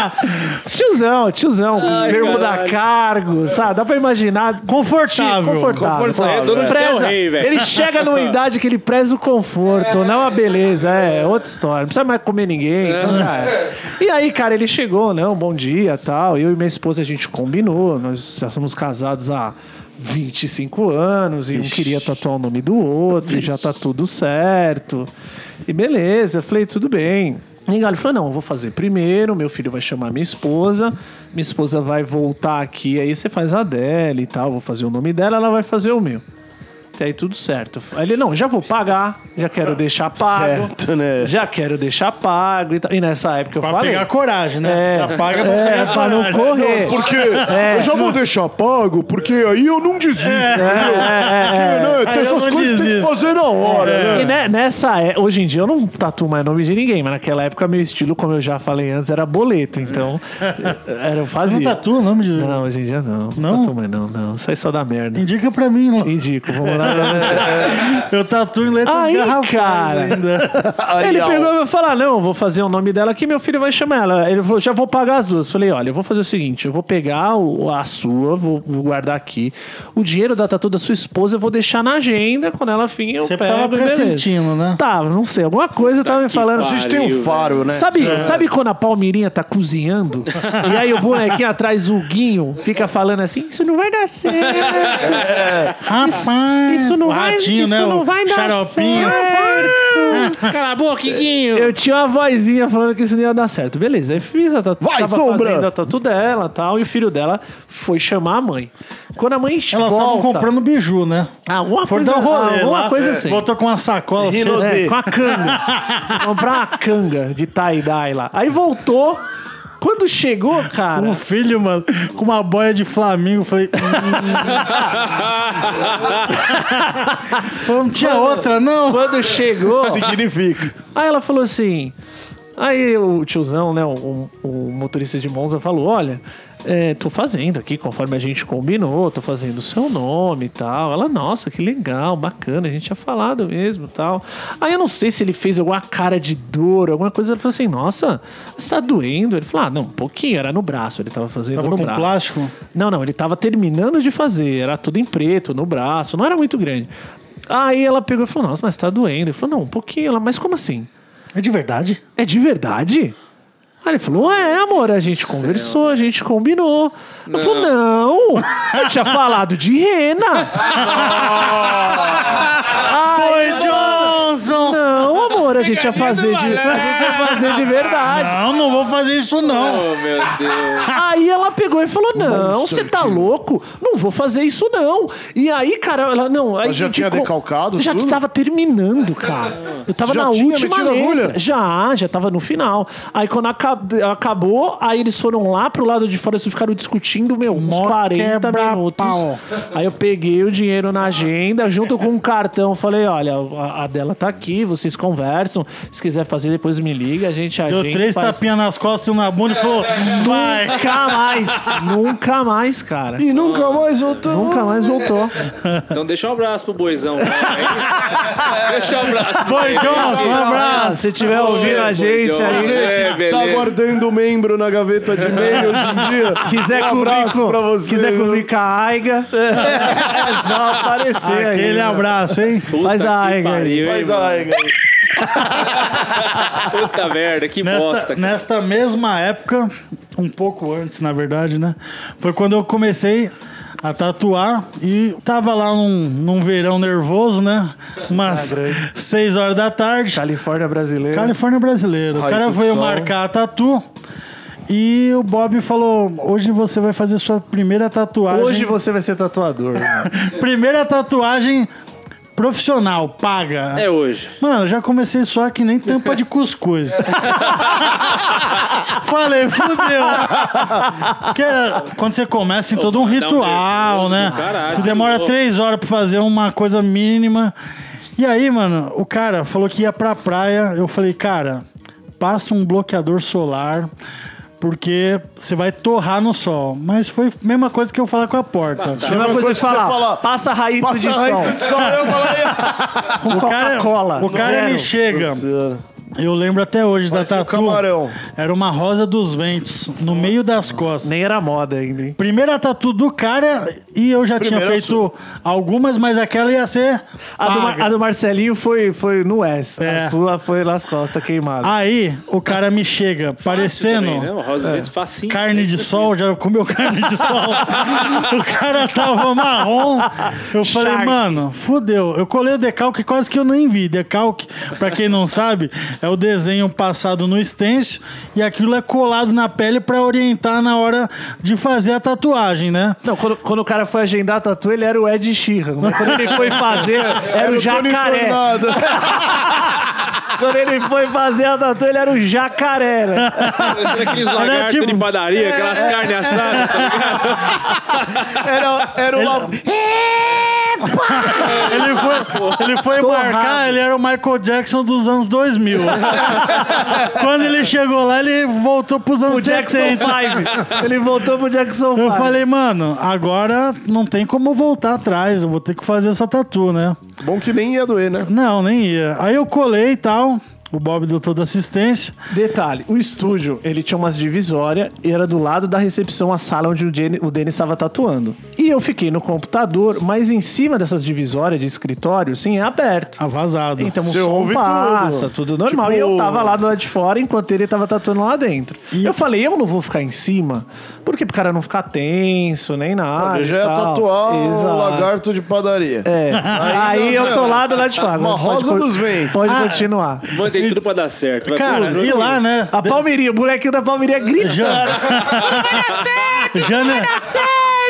S1: tiozão, tiozão, bermuda
S2: caralho.
S1: cargo, sabe? Dá pra imaginar.
S4: Confortável.
S1: Confortável.
S2: Confortável. É dono de
S1: Preza-
S2: teu rei, velho.
S1: ele chega numa idade que ele preza o conforto, não a beleza. É, outra história. Não precisa mais comer ninguém. então já era. E aí, cara, ele chegou, não, bom dia tal. Eu e minha esposa, a gente combinou. Nós já somos casados há 25 anos e um queria tatuar o nome do outro. E já tá tudo certo. E beleza, eu falei, tudo bem. E ele falou: não, eu vou fazer primeiro, meu filho vai chamar minha esposa, minha esposa vai voltar aqui, aí você faz a dela e tal, eu vou fazer o nome dela, ela vai fazer o meu. Até aí tudo certo. Aí ele, não, já vou pagar, já quero deixar pago.
S3: Certo, né?
S1: Já quero deixar pago e tal. E nessa época eu
S4: Pra
S1: falei.
S4: pegar coragem, né?
S1: É,
S4: Já paga pra
S1: é,
S4: pegar
S1: pra não
S4: coragem.
S1: correr.
S3: Porque
S1: É.
S3: eu já vou deixar pago, porque aí eu não desisto,
S1: é,
S3: entendeu? é Porque, né,
S4: Aí
S3: tem
S4: eu
S3: essas
S4: não
S3: coisas que tem que
S4: desisto.
S3: fazer na hora,
S1: É. E
S3: né?
S1: ne- nessa é- hoje em dia eu não tatuo mais nome de ninguém, mas naquela época meu estilo, como eu já falei antes, era boleto,
S3: [LAUGHS]
S1: então era eu
S4: Não
S1: fazia.
S4: tatua o nome de.
S1: Não, hoje em dia não.
S4: Não?
S1: tatuo mais não, não. Isso aí só dá merda.
S4: Indica pra mim, não.
S1: Indico, vou mandar pra
S3: [LAUGHS]
S1: você.
S4: Eu tatuo em letras
S1: Aí,
S4: garrafais
S1: cara.
S4: ainda.
S1: Ele
S3: Arial.
S1: pegou e falou: ah, não, vou fazer o nome dela aqui, meu filho vai chamar ela. Ele falou: já vou pagar as duas. Falei: olha, eu vou fazer o seguinte: eu vou pegar o- a sua, vou, vou guardar aqui. O dinheiro da tatu da sua esposa eu vou deixar na agenda. Quando ela vir, eu
S4: Você
S1: pego
S4: tava
S1: e beleza.
S4: pressentindo, né?
S1: Tava, não sei. Alguma coisa tava me
S2: que
S1: falando.
S3: A gente tem um
S2: Pariu, É.
S3: faro, né?
S1: Sabe, sabe quando a Palmeirinha tá cozinhando e aí o bonequinho atrás, o Guinho, fica falando assim: Isso não vai dar certo.
S4: Rapaz.
S1: Isso não
S4: o
S1: vai,
S4: ratinho,
S1: isso
S4: né?
S1: não
S4: O
S1: vai dar
S4: xaropinho. Ah,
S1: certo.
S2: Cala a boca, Iguinho.
S1: Eu tinha uma vozinha falando que isso não ia dar certo. Beleza, aí fiz a tatu.
S3: Vai,
S1: tava
S3: sombra!
S1: fazendo a tatu dela e tal. E o filho dela foi chamar a mãe. Quando a mãe
S4: Elas estavam
S1: volta,
S4: comprando biju, né?
S1: Ah, uma
S4: Foram
S1: coisa,
S4: dar um rolê.
S1: alguma
S4: lá,
S1: coisa
S4: é,
S1: assim.
S4: Voltou com uma sacola. né?
S3: Rino-
S4: cheia-
S1: É,
S3: de-
S1: com a [LAUGHS] canga. Comprar uma canga de tie-dye lá. Aí voltou. Quando chegou, cara.
S4: O [LAUGHS] filho, mano, com uma boia de Flamengo. Falei.
S1: [LAUGHS]
S4: hum. Falei, não tinha outra, não.
S1: Quando chegou.
S3: Significa.
S1: Aí ela falou assim. Aí o tiozão, né, o, o motorista de Monza falou: Olha, é, tô fazendo aqui conforme a gente combinou, tô fazendo o seu nome e tal. Ela, nossa, que legal, bacana, a gente tinha falado mesmo e tal. Aí eu não sei se ele fez alguma cara de dor, alguma coisa. Ele falou assim: Nossa, você tá doendo? Ele falou: Ah, não, um pouquinho, era no braço, ele tava fazendo
S4: Tava
S1: no
S4: com
S1: braço.
S4: plástico?
S1: Não, não, ele tava terminando de fazer, era tudo em preto, no braço, não era muito grande. Aí ela pegou e falou, nossa, mas tá doendo. Ele falou, não, um pouquinho. Ela, mas como assim?
S4: É de verdade?
S1: É de verdade? Aí ele falou, é, amor, a gente conversou, a gente combinou. Ela falou, não, eu tinha falado de rena.
S4: Foi Johnson!
S1: Não, amor, a gente ia fazer de, a gente ia fazer de verdade.
S4: Não, não vou fazer isso, não.
S2: Oh, meu Deus.
S1: Aí ela pegou e falou: Não, você tá louco? Não vou fazer isso, não. E aí, cara, ela não. Aí,
S3: Mas já
S1: gente,
S3: tinha
S1: co-
S3: decalcado
S1: Já
S3: tudo?
S1: tava terminando, cara. Eu tava
S3: Já
S1: na
S3: tinha
S1: última
S3: metido a
S1: letra.
S3: agulha?
S1: Já, já tava no final. Aí quando acab- acabou, aí eles foram lá pro lado de fora, eles ficaram discutindo, meu, uns
S4: Mó
S1: 40
S4: quebra-pau.
S1: minutos. Aí eu peguei o dinheiro na agenda, junto com um cartão, falei: Olha, a, a dela tá aqui, vocês conversam. Se quiser fazer, depois me liga, a gente
S4: Deu
S1: agenda.
S4: três
S1: faz-
S4: tapinhas nas costas e um na bunda e falou: vai.
S1: Nunca mais, nunca mais, cara.
S3: E nunca mais voltou.
S1: Nunca mais voltou.
S2: Então deixa um abraço pro boizão. né? deixa um abraço. pro
S4: Foi
S2: ele.
S4: Johnson, um abraço.
S1: Se tiver ouvindo a gente aí,
S2: É,
S3: Tá
S2: beleza.
S3: guardando membro na gaveta de e-mail hoje em [LAUGHS] dia.
S1: quiser
S3: Um
S1: cobrir
S3: abraço
S1: com,
S3: pra você,
S1: quiser
S3: viu?
S1: cobrir com a Aiga, é só aparecer aí.
S4: Aquele abraço, hein?
S1: Faz a
S2: que
S1: Aiga aí.
S2: pariu, hein,
S3: Mas
S2: mano?
S3: ai, cara.
S2: Puta merda, que bosta.
S4: Nesta,
S2: cara.
S4: nesta mesma época, um pouco antes, na verdade, né? Foi quando eu comecei a tatuar e tava lá num, num verão nervoso, né? Umas seis horas da tarde.
S1: Califórnia brasileira.
S4: Califórnia é brasileiro. O
S3: Raio
S4: cara
S3: do
S4: veio
S3: sol.
S4: marcar a tatu e o Bob falou: hoje você vai fazer sua primeira tatuagem.
S1: Hoje você vai ser tatuador.
S4: [LAUGHS] Primeira tatuagem profissional, paga.
S2: É hoje.
S4: Mano, eu já comecei só que nem tampa de
S2: [LAUGHS]
S4: cuscuz. Falei, fudeu. Porque quando você começa tem todo um
S2: Opa, dá um
S4: ritual,
S2: nervoso
S4: né?
S2: do caralho, é
S4: você demora
S2: pô.
S4: três horas pra fazer uma coisa mínima. E aí, mano, o cara falou que ia pra praia. Eu falei, cara, passa um bloqueador solar. Porque você vai torrar no sol. Mas foi a mesma coisa que eu falar com a porta.
S1: Mesma coisa,
S3: coisa
S1: de
S3: que você
S1: falar,
S3: fala,
S1: passa raíto
S3: Passa
S1: de
S3: aí,
S1: sol.
S3: só eu falei.
S1: Com
S4: O cara-
S1: Coca-Cola.
S4: O cara
S1: zero.
S4: ele chega. Eu lembro até hoje
S3: Parece
S4: da
S3: um
S4: tatu.
S3: camarão.
S4: Era uma rosa dos ventos no meio das costas.
S1: Nem era moda ainda, hein?
S4: Primeira tatu do cara e eu já tinha
S3: Primeira
S4: feito algumas, mas aquela ia ser
S1: A do, Mar-
S4: paga.
S1: a do Marcelinho foi, foi no S.
S4: É.
S1: A sua foi nas costas queimada.
S4: Aí o cara me chega parecendo
S2: Também, né? O Rosa Dentes facinho.
S4: carne de sol, já comeu carne de
S1: [LAUGHS]
S4: sol. o cara tava marrom. Eu falei,
S1: Shark.
S4: mano, fudeu. Eu colei o decalque quase que eu nem vi. Decalque, pra quem não sabe, É o desenho passado no stencil e aquilo é colado na pele pra orientar na hora de fazer a tatuagem, né?
S1: Não, quando, quando o cara foi agendar a tatu, ele era o Ed Sheeran. Mas quando ele foi
S3: [LAUGHS]
S1: fazer, era o jacaré. Quando ele foi fazer a tatu, ele era o jacaré. né?
S2: Parecendo aqueles lagartos
S4: tipo-
S2: de padaria, aquelas carnes assadas, tá ligado?
S1: Era, era o Lau-
S4: Ele foi, ele foi embarcar, ele era o Michael Jackson dos
S1: [LAUGHS]
S4: anos 2000. Quando ele chegou lá, ele voltou pros anos
S1: o Jackson
S4: 70.
S1: 5. Ele voltou pro Jackson 5.
S4: Eu falei, mano, agora não tem como voltar atrás, eu vou ter que fazer essa tatu, né?
S3: Bom que nem ia doer, né?
S4: Não, nem ia. Aí eu colei e tal, o Bob deu toda a assistência.
S1: Detalhe, o estúdio, ele tinha umas divisórias e era do lado da recepção a sala onde o Jenny- o Denis estava tatuando. E eu fiquei no computador, mas em cima dessas divisórias de escritório, sim, é aberto.
S4: Ah, vazado.
S1: Então o
S3: Você
S1: som
S3: ouve
S1: passa,
S3: tudo.
S1: tudo, normal.
S3: Tipo-
S1: E eu tava lá do lado de fora enquanto ele tava tatuando lá dentro. Eu falei, eu não vou ficar em cima, porque pro cara não ficar tenso, nem nada.
S3: Ah,
S1: e
S3: já ia
S1: tal.
S3: tatuar
S1: Exato.
S3: o lagarto de padaria.
S1: É. Aí,
S3: não,
S1: eu tô
S3: não.
S1: lá do lado de fora.
S3: Uma
S1: Mas pode
S3: rosa
S1: con-
S3: dos ventos. Ah.
S1: Pode continuar.
S2: Mandei tudo pra dar certo. Vai
S4: Cara,
S2: pro-
S4: e lá, né?
S1: A Palmeirinha, o molequinho da Palmeirinha gritando.
S4: [LAUGHS] Jane...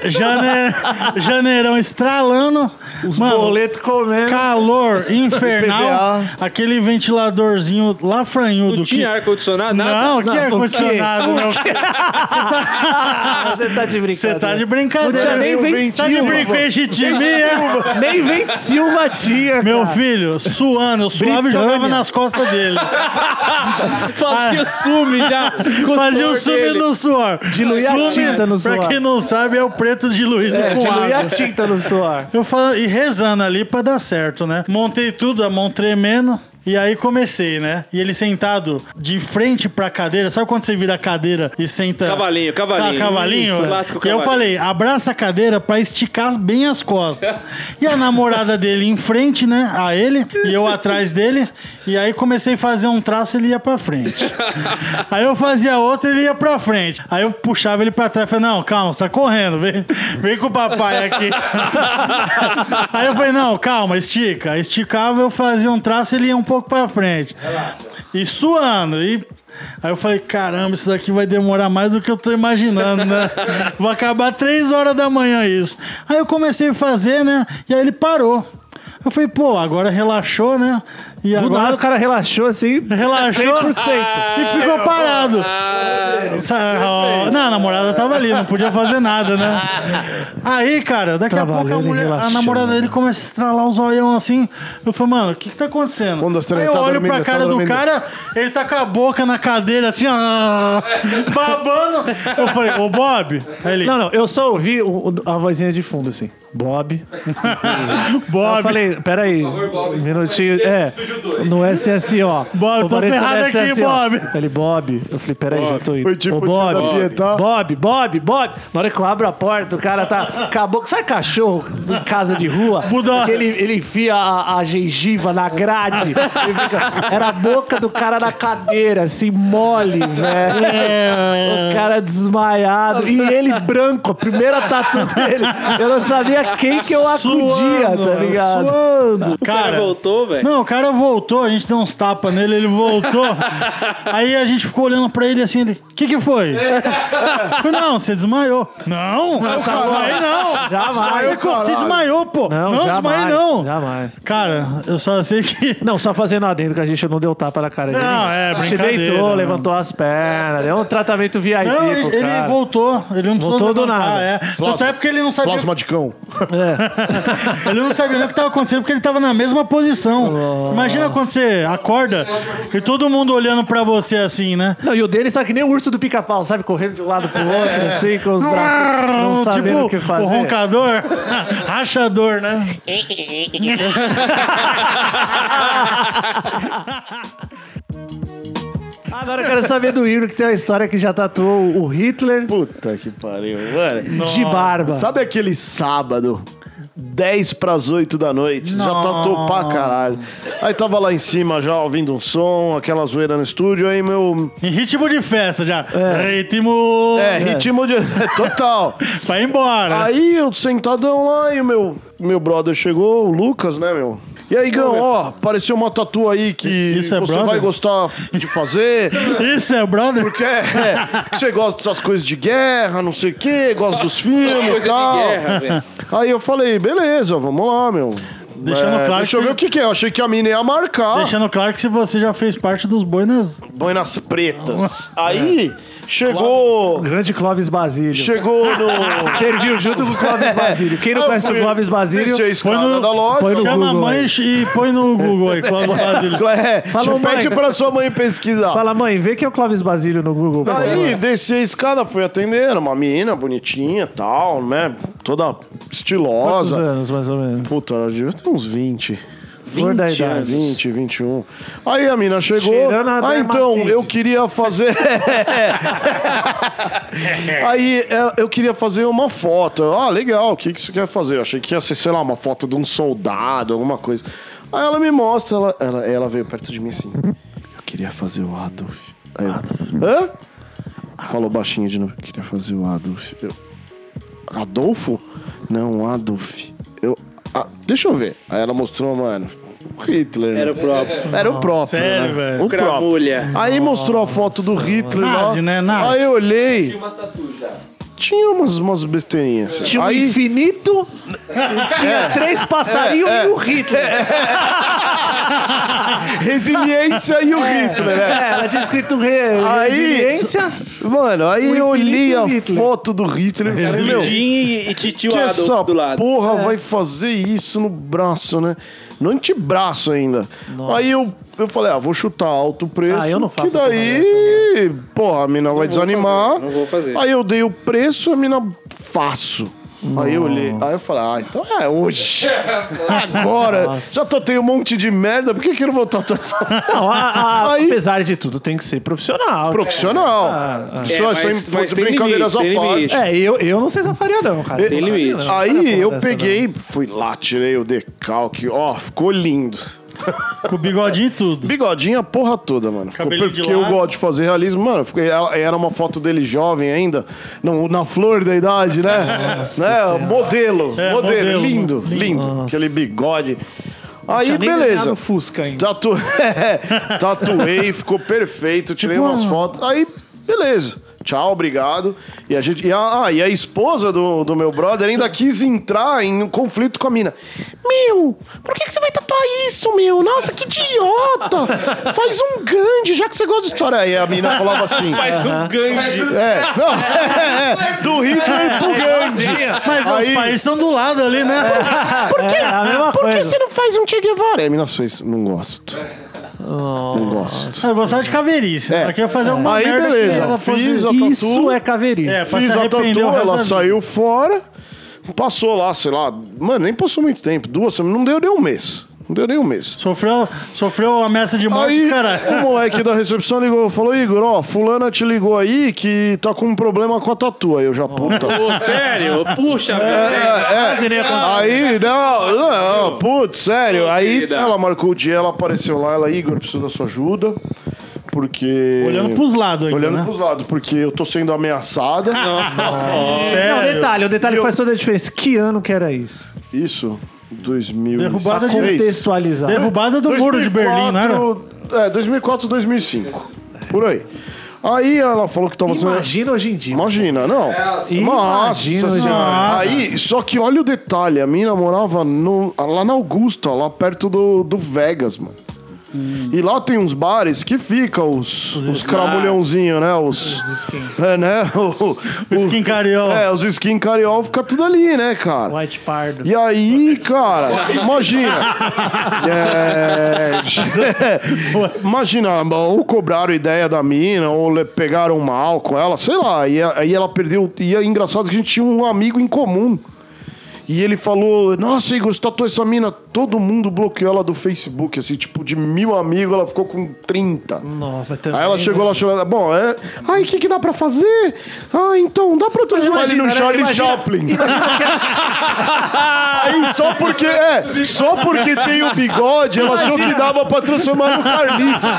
S4: Jane... Janeirão estralando.
S1: Os
S4: Mano,
S1: boletos comendo.
S4: calor infernal. aquele ventiladorzinho lá franhudo.
S2: não tinha ar-condicionado,
S4: que...
S2: nada.
S4: Não, que ar-condicionado, meu. [LAUGHS]
S1: Ah, Você tá de
S4: Você
S1: brincadeira.
S4: tá de brincadeira.
S1: Não tinha nem
S4: meu.
S1: vento
S4: Tá de
S1: silva,
S4: brinquedo de mim,
S1: [LAUGHS]
S4: é?
S1: Nem vento Silva tinha,
S4: Meu
S1: cara.
S4: filho, suando. Eu suava e
S1: Britânia.
S4: jogava nas costas
S1: [LAUGHS]
S4: dele.
S2: Fazia sume já. com o
S4: Fazia o
S2: suor
S4: sume
S2: dele.
S4: no suor.
S1: Diluía a
S4: Sume,
S1: tinta no
S4: Pra
S1: suor.
S4: quem não sabe, é o preto diluído
S1: É,
S4: com
S1: diluía a
S4: água.
S1: tinta no
S4: [LAUGHS]
S1: suor.
S4: Eu falo, e rezando ali pra dar certo, né? Montei tudo, a mão tremendo. E aí comecei, né? E ele sentado de frente pra cadeira. Sabe quando você vira a cadeira e senta...
S2: Cavalinho, cavalinho.
S4: Tá, cavalinho?
S2: Isso, clássico
S4: E eu
S2: cavalinho.
S4: falei, abraça a cadeira pra esticar bem as costas. e a namorada dele em frente, né? A ele. E eu atrás dele. E aí comecei a fazer um traço ele ia
S2: [LAUGHS]
S4: pra frente. aí eu fazia outro ele ia pra frente. Aí eu puxava ele pra trás. Falei, não, calma, você tá correndo. Vem, vem com o papai
S2: [LAUGHS]
S4: aqui. Aí eu falei, não, calma, estica. Esticava, eu fazia um traço, ele ia um pouco pra frente. E suando, e... Aí eu falei, caramba, isso daqui vai demorar mais do que eu tô imaginando, né? Vou acabar três horas da manhã isso. Aí eu comecei a fazer, né? E aí ele parou. Eu falei, pô, agora relaxou, né? E
S1: Do
S4: agora
S1: nada o cara relaxou assim.
S4: relaxou
S1: 100%.
S4: e ficou parado. Sa- ó, Não, a namorada tava ali, não podia fazer nada, né? Aí, cara, daqui a pouco a,
S1: Trabalhando e
S4: mulher- a
S1: relaxando.
S4: namorada dele começa a estralar os olhão assim. Eu falei, mano, o que que tá acontecendo?
S3: Um, dois, três,
S4: Aí eu
S3: tá
S4: olho
S3: dormindo,
S4: pra
S3: tá
S4: cara do
S3: dormindo.
S4: cara, ele tá com a boca na cadeira assim, ó, babando. Eu falei, ô Bob. Aí ele,
S1: Não, não, eu só ouvi o- o- a vozinha de fundo assim. Bob. Eu
S4: Bob.
S1: falei, peraí. Um minutinho. É, assim, no SSO.
S4: Bob, tô
S1: Apareceu no
S4: ferrado aqui,
S1: SSO.
S4: Bob.
S1: Ele, Bob. assim, Eu falei, peraí, já tô indo.
S3: Foi tipo
S1: Ô,
S3: o
S1: Bob,
S3: Chico da Pietá.
S1: Bob, Bob, Bob. Na hora que eu abro a porta, o cara tá. Acabou. Sabe cachorro em casa de rua?
S4: Buda.
S1: Que Ele, ele enfia a, a gengiva na grade. Ele fica- era a boca do cara na cadeira, assim, mole, velho.
S4: É.
S1: O cara desmaiado. E ele branco, a primeira tatu dele. Eu não sabia quem que eu acudia,
S4: Suando,
S1: tá
S4: mano,
S1: ligado?
S4: Suando.
S2: O cara voltou, velho.
S4: Não, o cara voltou, a gente deu uns tapas nele,
S1: [LAUGHS]
S4: ele voltou. aí a gente ficou olhando pra ele assim, ele, o que
S1: [LAUGHS]
S4: que foi? Eu falei, não, você desmaiou. Não, não desmaiei
S1: tá
S4: não.
S1: Jamais,
S4: Aí, co- Você desmaiou, pô. Não,
S1: Não,
S4: desmaiei
S1: jamais,
S4: não.
S1: jamais.
S4: Cara, eu só sei que...
S1: Não, só fazendo adendo que a gente não deu tapa na cara dele.
S4: Não, é,
S1: A gente
S4: brincadeira,
S1: deitou,
S4: não.
S1: levantou as pernas, deu um tratamento VIP
S4: Não, ele,
S1: pro
S4: ele
S1: cara.
S4: voltou. Ele não
S1: Voltou do
S4: levantar,
S1: nada.
S4: É. Tanto é porque ele não sabia
S3: Plasma de cão.
S1: É.
S4: Ele não sabia nem o que estava acontecendo porque ele estava na mesma posição. Imagina quando você acorda e todo mundo olhando pra você assim, né?
S1: Não, e o dele sabe que nem o urso do pica-pau, sabe? Correndo de um lado pro outro, assim, com os braços não sabendo
S4: É. tipo,
S1: o que fazer.
S4: o roncador, [LAUGHS] rachador, né?
S1: Agora eu quero saber do Igor, que tem uma história que já tatuou o Hitler
S3: Puta que pariu, mano.
S1: de barba.
S3: Sabe aquele sábado? 10 pras 8 da noite, já
S4: Nossa.
S3: tatou pra caralho. Aí tava lá em cima já ouvindo um som, aquela zoeira no estúdio, aí meu.
S4: Em ritmo de festa já. Ritmo.
S3: É, ritmo de. [LAUGHS] Total.
S4: Vai embora.
S3: Aí eu sentadão lá e o meu, meu brother chegou, o Lucas, né, meu? E aí, Gão, ó, apareceu uma tatu aí que
S4: Isso é
S3: você
S4: brother?
S3: vai gostar de fazer.
S4: Isso é brother?
S3: Porque é, você gosta dessas coisas de guerra, não sei o quê, gosta dos
S2: Essas
S3: filmes
S2: coisas
S3: e tal.
S2: de guerra, velho.
S3: Aí eu falei, beleza, vamos lá, meu.
S4: Deixando claro
S3: deixa eu
S4: que-
S3: ver o que, que é. Eu achei que a mina ia marcar.
S4: Deixando claro que se você já fez parte dos boinas.
S3: Boinas pretas. Aí
S1: É.
S3: chegou.
S1: O grande Clóvis Basílio.
S3: Chegou no. Ah,
S1: Serviu junto com o Clóvis [LAUGHS] Basílio. Quem não
S3: Eu
S1: conhece
S3: fui-
S1: o Clóvis
S3: Deixei a
S1: Basílio,
S3: escada
S4: no-
S3: da loja.
S1: põe no
S4: Chama a
S1: Google
S4: mãe
S1: aí.
S4: e põe no Google
S3: [LAUGHS]
S4: aí, Cláudio Basílio.
S3: É,
S1: Falou,
S3: pede
S1: mãe.
S3: pra sua mãe pesquisar.
S1: fala, mãe, vê que é o Clóvis Basílio no Google. por
S3: Tá Aí
S1: favor."
S3: desci a escada, fui atender, era uma menina bonitinha tal, né? Toda
S1: Quantos
S3: estilosa.
S1: anos, mais ou menos?
S3: Puta, ela devia ter uns 20.
S1: Flor da idade.
S3: 20, 21. Aí a mina chegou.
S1: Cheirando a
S3: ah, então,
S1: dermacite."
S3: eu
S1: [LAUGHS]
S3: queria fazer. Aí ela- eu queria fazer uma foto. Eu, Ah, legal, o que, que você quer fazer? Eu achei que ia ser, sei lá, uma foto de um soldado, alguma coisa. Aí ela me mostra, ela, ela, ela veio perto de mim assim. Eu queria fazer o Adolf. Aí eu, Hã? Falou baixinho de novo. Eu queria fazer o Adolf. Eu, Adolfo? Não, Adolf. Eu. ah, deixa eu ver. Aí ela mostrou, mano. Hitler.
S2: Era o próprio.
S3: Era o próprio.
S4: sério,
S3: né?
S4: velho?
S3: O próprio.
S2: Cramulha.
S3: Aí mostrou a foto do Hitler
S4: Nazi,
S3: lá.
S4: né? Nazi.
S3: Aí eu olhei,
S5: umas tatu já.
S3: tinha umas, umas besteirinhas.
S1: Tinha um
S3: Aí, [LAUGHS] É,
S1: infinito, tinha três passarinhos e o Hitler.
S3: [LAUGHS] resiliência e o Hitler, né?
S1: É, ela tinha escrito re,
S3: Aí-
S1: resiliência.
S3: Mano, aí eu olhei a
S1: Hitler.
S3: foto do Hitler e falei, meu,
S2: Lidim e, e Titio
S3: que
S2: Adolf
S3: essa
S2: do lado.
S1: É.
S3: porra vai fazer isso no braço, né? No antebraço ainda. Aí eu, eu falei, ah, vou chutar alto o preço.
S1: Ah, eu não
S3: Que
S1: faço
S3: daí,
S1: né?"
S3: porra, a mina vai desanimar.
S2: fazer, não vou fazer.
S3: Aí eu dei o preço, a mina, faço. Aí eu olhei, aí eu falei, ah, então é hoje.
S2: [LAUGHS]
S3: Agora. Já tatuei um monte de merda, por que, que eu não vou tatuar essa
S1: Não, a- a-
S3: Aí-
S1: apesar de tudo, tem que ser profissional.
S3: profissional?
S1: Ah, ah.
S3: Isso é,
S2: É, mas-
S3: só
S2: mas tem
S3: brincadeiras à
S2: limite, tem
S3: parte.
S2: limite.
S1: É, eu, eu não sei safaria não, cara.
S3: Eu-
S2: Tem limite.
S1: Não, para com
S3: Aí eu
S1: essa,
S3: peguei, fui lá, tirei o decalque, ó, ficou lindo.
S4: Com o bigodinho e tudo.
S3: Bigodinho a porra toda, mano. Ficou
S4: Cabelinho de
S3: porque eu
S4: lado.
S3: gosto de fazer realismo, mano. ficou- ela- era uma foto dele jovem ainda, não, na flor da idade, né? né?
S1: Senhora.
S3: Modelo, modelo,
S4: É, modelo,
S3: lindo,
S4: modelo.
S3: lindo.
S1: Nossa.
S3: Aquele bigode.
S1: Não
S3: Aí,
S1: tinha nem desenhado
S3: beleza.
S1: o Fusca ainda.
S3: Tatu... [LAUGHS] Tatuei, ficou perfeito, tirei
S4: Tipo,
S3: umas
S4: ah.
S3: fotos. Aí, beleza. Tchau, obrigado. E a gente. e a, ah, e a esposa do, do meu brother ainda quis entrar em um conflito com a mina. Meu, por que, que você vai tatuar isso, meu? Nossa, que idiota! Faz um Gandhi, já que você gosta de história. Aí a mina falava assim.
S2: Mas um Gandhi.
S3: É, não, é, é, do Hitler pro Gandhi.
S4: Mas
S3: Aí- É.
S4: os países são do lado ali, né?
S3: Por que,
S1: É a mesma
S3: por que
S1: coisa.
S3: você não faz um Che Guevara? Aí a mina fez, não gosto. Não gosto.
S4: Eu gostava de caverice.
S3: É.
S4: É. queria fazer alguma
S3: Aí,
S4: merda
S3: beleza,
S4: que ela fosse...
S3: fiz a-
S1: Isso
S3: tatu.
S1: é caveirinho.
S4: É, pra se
S3: Fiz a
S4: arrepender
S3: tatu,
S4: o resto
S3: ela
S4: da vida.
S3: saiu fora, passou lá, sei lá, mano, nem passou muito tempo, duas semanas, não deu nem um mês. Não deu nem um mês.
S4: Sofreu, sofreu ameaça de morte,
S3: Aí
S4: cara.
S3: o moleque da recepção ligou, falou, Igor, ó, fulana te ligou aí que tá com um problema com a tatu. Aí eu já, puta.
S4: [LAUGHS]
S3: É,
S2: Pô, sério? Puxa, velho.
S1: Quase nem acontece.
S3: Aí, não, não, putz, sério. Aí
S2: querida.
S3: ela marcou o dia, ela apareceu lá, ela, Igor, preciso da sua ajuda, porque...
S4: Olhando pros lados ainda,
S3: Olhando
S4: né?
S3: pros lados, porque eu tô sendo ameaçada.
S1: Não,
S4: Sério.
S1: detalhe, o detalhe que faz toda a diferença. Que ano que era isso?
S3: Isso, 2000.
S4: Derrubada de
S1: Contextualizar.
S4: Derrubada do muro de Berlim, não era?
S3: É, 2004, 2005. Por aí. Aí ela falou que tava sendo.
S1: Imagina hoje em dia.
S3: Imagina, não.
S1: Imagina,
S3: Nossa
S1: gente.
S3: senhora. Aí, só que olha o detalhe, a mina morava no- lá na Augusta, lá perto do, do Vegas, mano. E lá tem uns bares que fica os, os, cramulhãozinhos, né? Os, [LAUGHS] É, né? O, o-
S4: Skin carioca.
S3: é, os skin cariol fica tudo ali, né, cara?
S1: White Pardo.
S3: E aí, cara, imagina. É, imagina, ou cobraram ideia da mina, ou le- pegaram mal com ela, sei lá. E a- aí ela perdeu. E é engraçado que a gente tinha um amigo em comum. E ele falou, nossa, Igor, você tatuou essa mina. Todo mundo bloqueou ela do Facebook, assim, tipo, de mil amigos, ela ficou com 30.
S1: Nossa, também,
S3: Aí ela chegou lá chorando. Bom, é. Ai, o que, que dá pra fazer? Ah, então, dá pra transformar ele
S1: imagina,
S3: no
S1: né?
S3: Charlie
S1: Imagina-
S3: Chaplin. [LAUGHS] Aí só porque. É, só porque tem o bigode, ela achou que dava pra transformar no Carlitos.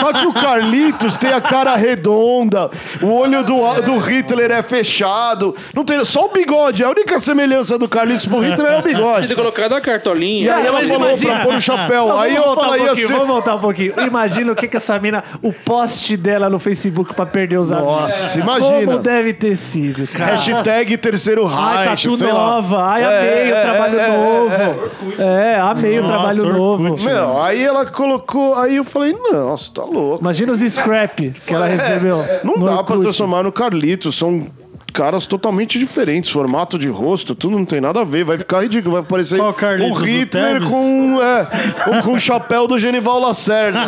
S3: Só que o Carlitos tem a cara redonda, o olho do, do Hitler é fechado. Não tem, só o bigode, é a única semelhança do Carlitos pro Hitler é o bigode.
S2: Podia ter colocado a cartolinha.
S3: E aí ela
S1: Mas
S3: falou
S1: imagina.
S3: pra pôr o chapéu.
S1: Não,
S3: aí
S1: vamos
S3: eu
S1: voltar um
S3: falei
S1: pouquinho,
S3: assim.
S1: Vamos voltar um pouquinho. Imagina o que que essa mina... O post dela no Facebook pra perder os
S3: Nossa,
S1: amigos.
S3: imagina.
S1: Como deve ter sido, cara.
S3: Hashtag terceiro
S1: Ai,
S3: Reich,
S1: tatu
S3: sei lá.
S1: nova. Ai, amei
S3: É,
S1: o
S3: é,
S1: trabalho
S3: é, é,
S1: novo. É, amei o
S4: Nossa,
S1: trabalho
S4: Orkut.
S1: novo.
S3: Meu, aí ela colocou, aí eu falei, nossa, tá louco.
S1: Imagina os scrap que ela recebeu.
S3: É, Não
S1: no
S3: dá pra
S1: Orkut.
S3: transformar no Carlitos, são caras totalmente diferentes, formato de rosto, tudo não tem nada a ver, vai ficar ridículo, vai parecer
S4: Qual Carlitos,
S3: o
S4: o
S3: Hitler
S4: Tevez?
S3: com, é, com- com o chapéu do
S1: [LAUGHS]
S3: Genival Lacerda.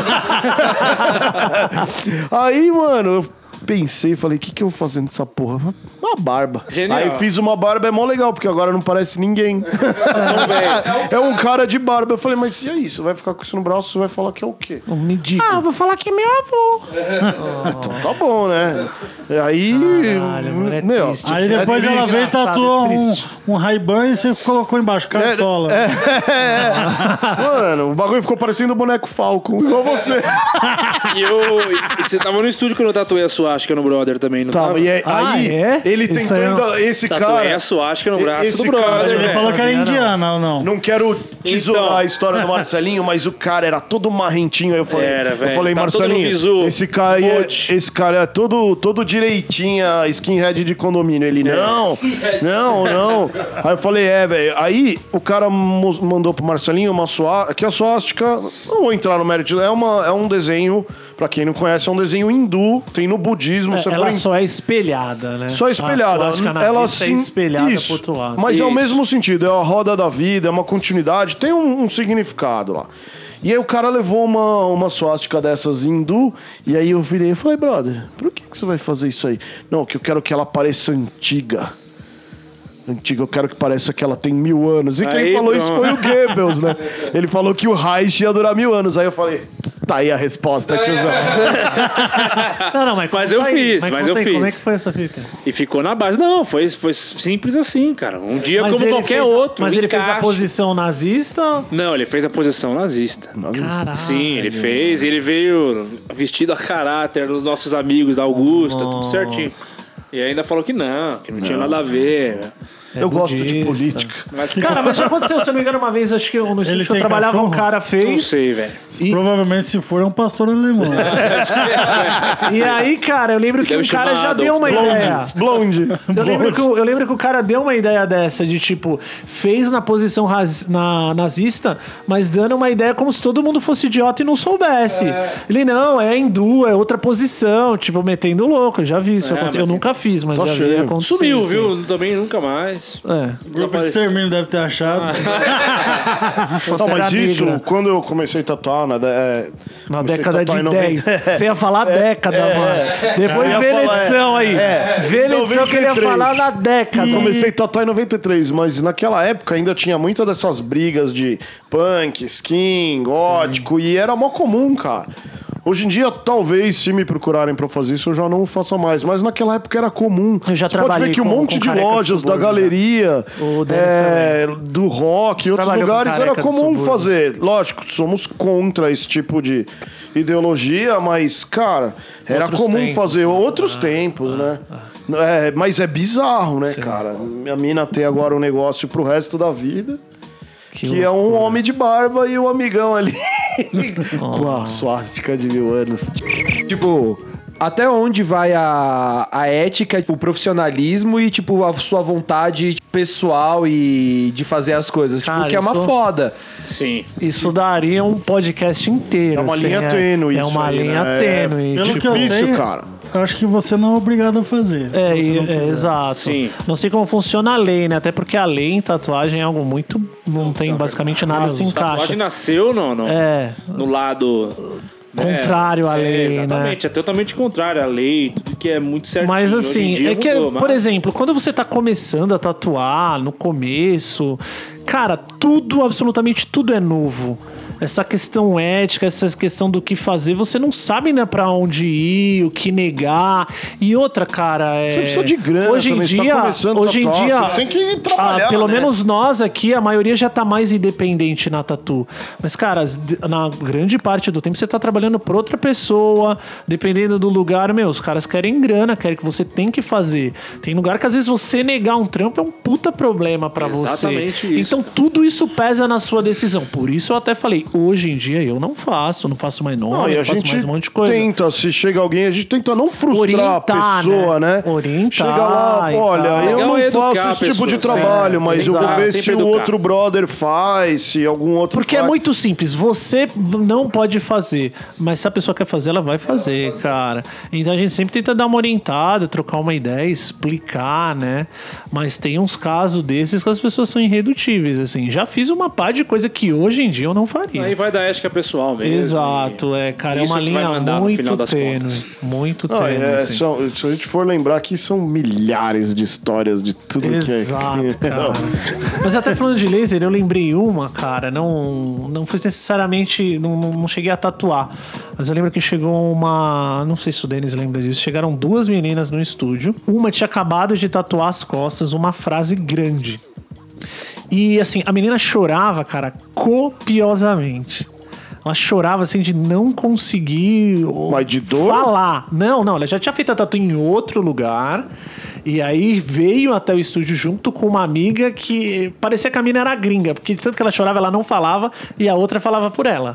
S3: aí, mano, eu pensei, falei, o que que eu vou fazer nessa porra? Uma barba.
S2: Genial.
S3: Aí fiz uma barba, é mó legal, porque agora não parece ninguém. é um cara de barba. Eu falei, mas e aí, você vai ficar com isso no braço, você vai falar que é o quê?
S1: Não me diga.
S3: Ah, vou falar que é meu avô. [LAUGHS] Então tá bom, né? E Aí.
S1: Caralho, mano, é
S3: meu.
S1: triste.
S4: Aí depois
S3: É
S4: ela
S3: triste,
S4: veio e
S1: engraçado,
S4: tatuou
S1: é
S4: um,
S1: triste. É,
S4: um Ray-Ban e você colocou embaixo, cartola.
S3: Mano, o bagulho ficou parecendo o boneco Falcon, igual você.
S2: E eu. e Você tava no estúdio quando eu tatuei a suástica no brother também, não
S3: Tá,
S2: tava?
S3: e aí,
S1: Ah,
S3: aí
S1: é?
S3: ele
S1: Isso
S3: tentou
S1: aí não-
S3: ainda. Esse
S2: Tatuei
S3: cara.
S2: a suástica no braço
S3: esse
S2: do
S3: cara-
S2: brother.
S4: Ele
S1: é.
S2: velho.
S4: falou que era
S1: Sabia, não.
S4: indiana ou não?
S3: Não quero tesourar
S2: Então.
S3: a história do Marcelinho, mas o cara era todo marrentinho. Aí eu falei,
S2: Era,
S3: eu
S2: velho.
S3: falei
S2: Tava todo no
S3: Marcelinho,
S2: visu,
S3: esse cara, aí é,
S2: bote."
S3: esse cara é todo, todo direitinho, a skinhead de condomínio. Ele,
S2: É.
S3: não, não, não. Aí eu falei, é, velho. Aí o cara mo- mandou pro Marcelinho uma suástica, que a suástica, não vou entrar no mérito, é, uma, é um desenho, pra quem não conhece, é um desenho hindu, tem no budismo. você
S1: Ela
S3: for em-
S1: só é espelhada, né?
S3: só espelhada.
S1: A suástica
S3: ela
S1: nazista é
S3: sim-
S1: espelhada
S3: isso.
S1: pro outro lado.
S3: Mas é o
S2: Isso.
S3: mesmo sentido, é a roda da vida, é uma continuidade, tem um, um significado lá. E aí o cara levou uma, uma suástica dessas hindu, e aí eu virei e falei, brother, por que, que você vai fazer isso aí? Não, que eu quero que ela pareça antiga. Antiga, eu quero que pareça que ela tem mil anos. E quem
S2: Aí,
S3: falou isso
S2: pronto.
S3: foi o Goebbels, [LAUGHS] né? Ele falou que o Reich ia durar mil anos. Aí eu falei, tá aí a resposta, tiozão.
S1: Não, não, mas,
S2: Mas
S1: conta
S2: eu
S1: aí,
S2: fiz, mas
S1: conta
S2: eu
S1: aí, Como é
S2: fiz.
S1: que foi essa fita?
S2: E ficou na base. Não, foi, foi simples assim, cara. Um dia
S1: Mas
S2: como
S1: ele
S2: qualquer
S1: fez-
S2: outro.
S1: Mas
S2: um
S1: ele fez a
S2: encaixe.
S1: posição nazista?
S2: Não, ele fez a posição nazista.
S1: Caralho.
S2: Sim, ele fez. Ele veio vestido a caráter dos nossos amigos da Augusta, tudo certinho. E ainda falou que não, que não, tinha nada a ver.
S3: eu gosto de
S1: budista.
S3: política.
S2: Mas,
S1: Cara, mas já aconteceu, se eu não me engano, uma vez, acho que eu- no estúdio que eu
S4: tem
S1: trabalhava, um
S4: cachorro?
S1: cara
S2: não
S1: fez.
S2: sei, velho.
S4: Provavelmente, se for, é um pastor alemão.
S1: É, E aí, cara, eu lembro que
S2: Deve
S1: um cara
S2: chamar
S1: já
S2: Adolf
S1: deu uma
S2: Blondin.
S1: ideia.
S4: [LAUGHS]
S3: Blonde.
S1: Eu lembro, que, o- eu lembro que o cara deu uma ideia dessa, de tipo, fez na posição raz- na- nazista, mas dando uma ideia como se todo mundo fosse idiota e não soubesse. Ele, não, é hindu, é outra posição, tipo, metendo louco, eu já vi isso.
S2: É,
S1: acontecer. eu
S2: mas-
S1: nunca fiz, mas
S3: Tá
S1: já vi
S3: cheio.
S1: acontecer,
S2: [LAUGHS] Sumiu,
S1: assim.
S2: viu? Também nunca mais.
S1: É.
S4: O grupo de extermínio deve ter achado.
S1: Ah,
S3: Não, mas
S1: Pantera
S3: isso,
S1: Negra.
S3: quando eu comecei a tatuar, na, de- é,
S1: Na
S3: comecei a
S1: década
S3: tatuar
S1: de
S3: em 90.
S1: 10. Você ia
S3: [LAUGHS]
S1: falar década, mano. Depois
S3: É. Eu ia
S1: vê a
S3: falar,
S1: edição aí.
S3: é.
S1: Vê a edição que ele ia
S3: 93.
S1: falar na década.
S3: Eu comecei a tatuar em 93, mas naquela época ainda tinha muita dessas brigas de punk, skin, gótico, e era mó comum, cara. Hoje em dia, talvez, se me procurarem pra fazer isso, eu já não faça mais. Mas naquela época era comum.
S1: Eu já
S3: Você pode
S1: trabalhei
S3: ver que um
S1: com-
S3: monte
S1: com
S3: de
S1: careca do
S3: lojas, da
S1: subúrbio, né?
S3: galeria,
S1: O Dennis
S3: é, do rock, e outros
S1: Trabalhou com
S3: lugares, era
S1: careca do
S3: comum
S1: subúrbio.
S3: fazer. fazer. Lógico, somos contra esse tipo de ideologia, mas, cara, era
S1: Outros
S3: comum
S1: tempos, né? Ah,
S3: fazer outros tempos, né? É, mas é bizarro, né, cara? A mina tem agora um negócio pro resto da vida. Que, é um homem de barba e o
S1: [LAUGHS]
S3: amigão ali. Com a suástica de mil anos.
S5: Tipo, até onde vai a, a ética, o profissionalismo e, tipo, a sua vontade pessoal e de fazer as coisas. Tipo,
S1: Cara,
S5: que é uma
S1: isso-
S5: foda.
S2: Sim.
S1: Isso daria um podcast inteiro.
S3: É uma
S1: assim,
S3: linha tênue
S1: É
S3: isso
S1: uma
S3: aí,
S1: linha
S3: né?
S1: tênue.
S4: Pelo
S1: tipo,
S4: que eu
S3: Difícil,
S4: sei,
S3: cara.
S4: eu acho que você não é obrigado a fazer. se
S1: É,
S4: você
S1: e-
S4: não
S1: é,
S4: quiser.
S1: exato.
S2: Sim.
S1: Não sei como funciona a lei, né? Até porque a lei em tatuagem é algo muito. Não tá tem basicamente nada se
S2: Tatuagem
S1: encaixa.
S2: nasceu no, no,
S1: um É.
S2: no lado. né?
S1: Contrário à lei, né?
S2: Exatamente, é totalmente contrário à lei, tudo que é muito certinho.
S1: Mas
S2: Hoje em
S1: assim,
S2: dia
S1: é que,
S2: mudou,
S1: por
S2: mas-
S1: exemplo, quando você tá começando a tatuar, no começo, cara, tudo, absolutamente tudo é novo. É, essa questão ética, essa questão do que fazer, você não sabe, né, pra onde ir, o que negar. E outra, cara, é.
S3: Você precisa de grana
S1: Hoje em
S3: também, você tá
S1: dia.
S3: começando a
S1: hoje em
S3: tatuar,
S1: dia.
S3: você tem que trabalhar,
S1: ah, pelo
S3: né?
S1: menos nós aqui, a maioria já tá mais independente na tatu. Mas, cara, as- na grande parte do tempo você tá trabalhando pra outra pessoa, dependendo do lugar, meu, os caras querem grana, querem que você tem que fazer. Tem lugar que às vezes você negar um trampo é um puta problema pra você.
S2: Exatamente isso,
S1: Então tudo isso pesa na sua decisão. Por isso eu até falei, hoje em dia eu não faço, não faço mais nome,
S3: Não,
S1: não,
S3: e a
S1: faço
S3: gente
S1: mais um monte de coisa.
S3: tenta, se chega alguém, a gente tenta não frustrar
S1: Orientar,
S3: a pessoa, né?
S1: né? Orientar
S3: Chega lá,
S1: e
S3: olha,
S1: tal.
S3: eu
S2: Legal
S3: não
S2: é educar
S3: faço esse
S2: a
S3: tipo de
S2: pessoa,
S3: trabalho,
S2: sim.
S3: mas eu
S2: Educar,
S3: vou ver se
S2: sempre
S3: o
S2: educar.
S3: outro brother faz, se algum outro
S1: Porque é
S3: faz.
S1: muito simples, você não pode fazer, mas se a pessoa quer fazer, ela vai fazer, cara. Então a gente sempre tenta dar uma orientada, trocar uma ideia, explicar, né? Mas tem uns casos desses que as pessoas são irredutíveis, assim. Já fiz uma par de coisa que hoje em dia eu não faria.
S2: Aí vai da ética pessoal mesmo.
S1: Exato, é, cara,
S2: Isso
S1: é uma
S2: que vai
S1: linha
S2: mandar no final
S1: muito
S2: das
S1: tênue,
S2: contas.
S1: muito
S3: Não,
S1: tênue,
S3: é,
S1: assim.
S3: são- se a gente for lembrar aqui, são milhares de histórias de tudo que é. [LAUGHS]
S1: Exato, cara. Mas até falando de laser, eu lembrei uma, cara. Não, não foi necessariamente. Não, não- não cheguei a tatuar. Mas eu lembro que chegou uma. Não sei se o Denis lembra disso. Chegaram duas meninas no estúdio. Uma tinha acabado de tatuar as costas uma frase grande. E assim, a menina chorava, cara, copiosamente. Ela chorava assim de não conseguir o-
S3: Mas de dor?
S1: falar. Não, não, ela já tinha feito a tatu em outro lugar. E aí veio até o estúdio junto com uma amiga que parecia que a mina era gringa, porque de tanto que ela chorava, ela não falava e a outra falava por
S3: [LAUGHS]
S1: ela.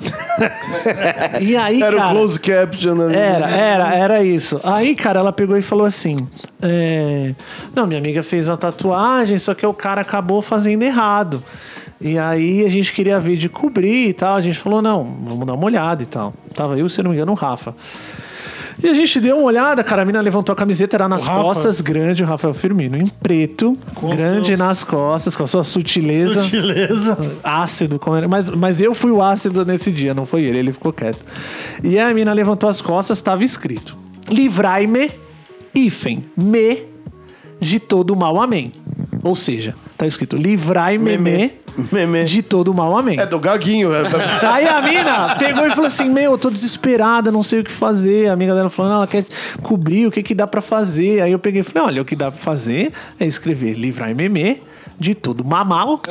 S1: e aí,
S3: Era o
S1: cara,
S3: close caption. né?
S1: era, era, era isso. Aí, cara, ela pegou e falou assim: é, Não, minha amiga fez uma tatuagem, só que o cara acabou fazendo errado. E aí a gente queria ver de cobrir e tal. A gente falou: Não, vamos dar uma olhada e tal. Tava eu, se não me engano, o Rafa. E a gente deu uma olhada, cara. A mina levantou a camiseta, era nas
S4: Rafa?
S1: costas, grande, o Rafael Firmino, em preto,
S4: Com
S1: grande
S4: seus-
S1: nas costas, com a sua sutileza
S4: Sutileza.
S1: ácido, como era- mas, mas eu fui o ácido nesse dia, não foi ele, ele ficou quieto. E a mina levantou as costas, estava escrito: Livrai-me, hífen, me de todo mal, amém. Ou seja, tá escrito: Livrai-me, me,
S3: Meme.
S1: de todo mal, amém.
S3: É do Gaguinho.
S1: [LAUGHS]
S3: é-
S1: Aí a mina pegou e falou assim: Meu, eu tô desesperada, não sei o que fazer. A amiga dela falou: Não, ela quer cobrir, o que que dá pra fazer? Aí eu peguei e falei: Olha, o que dá pra fazer é escrever livrar meme de todo mamal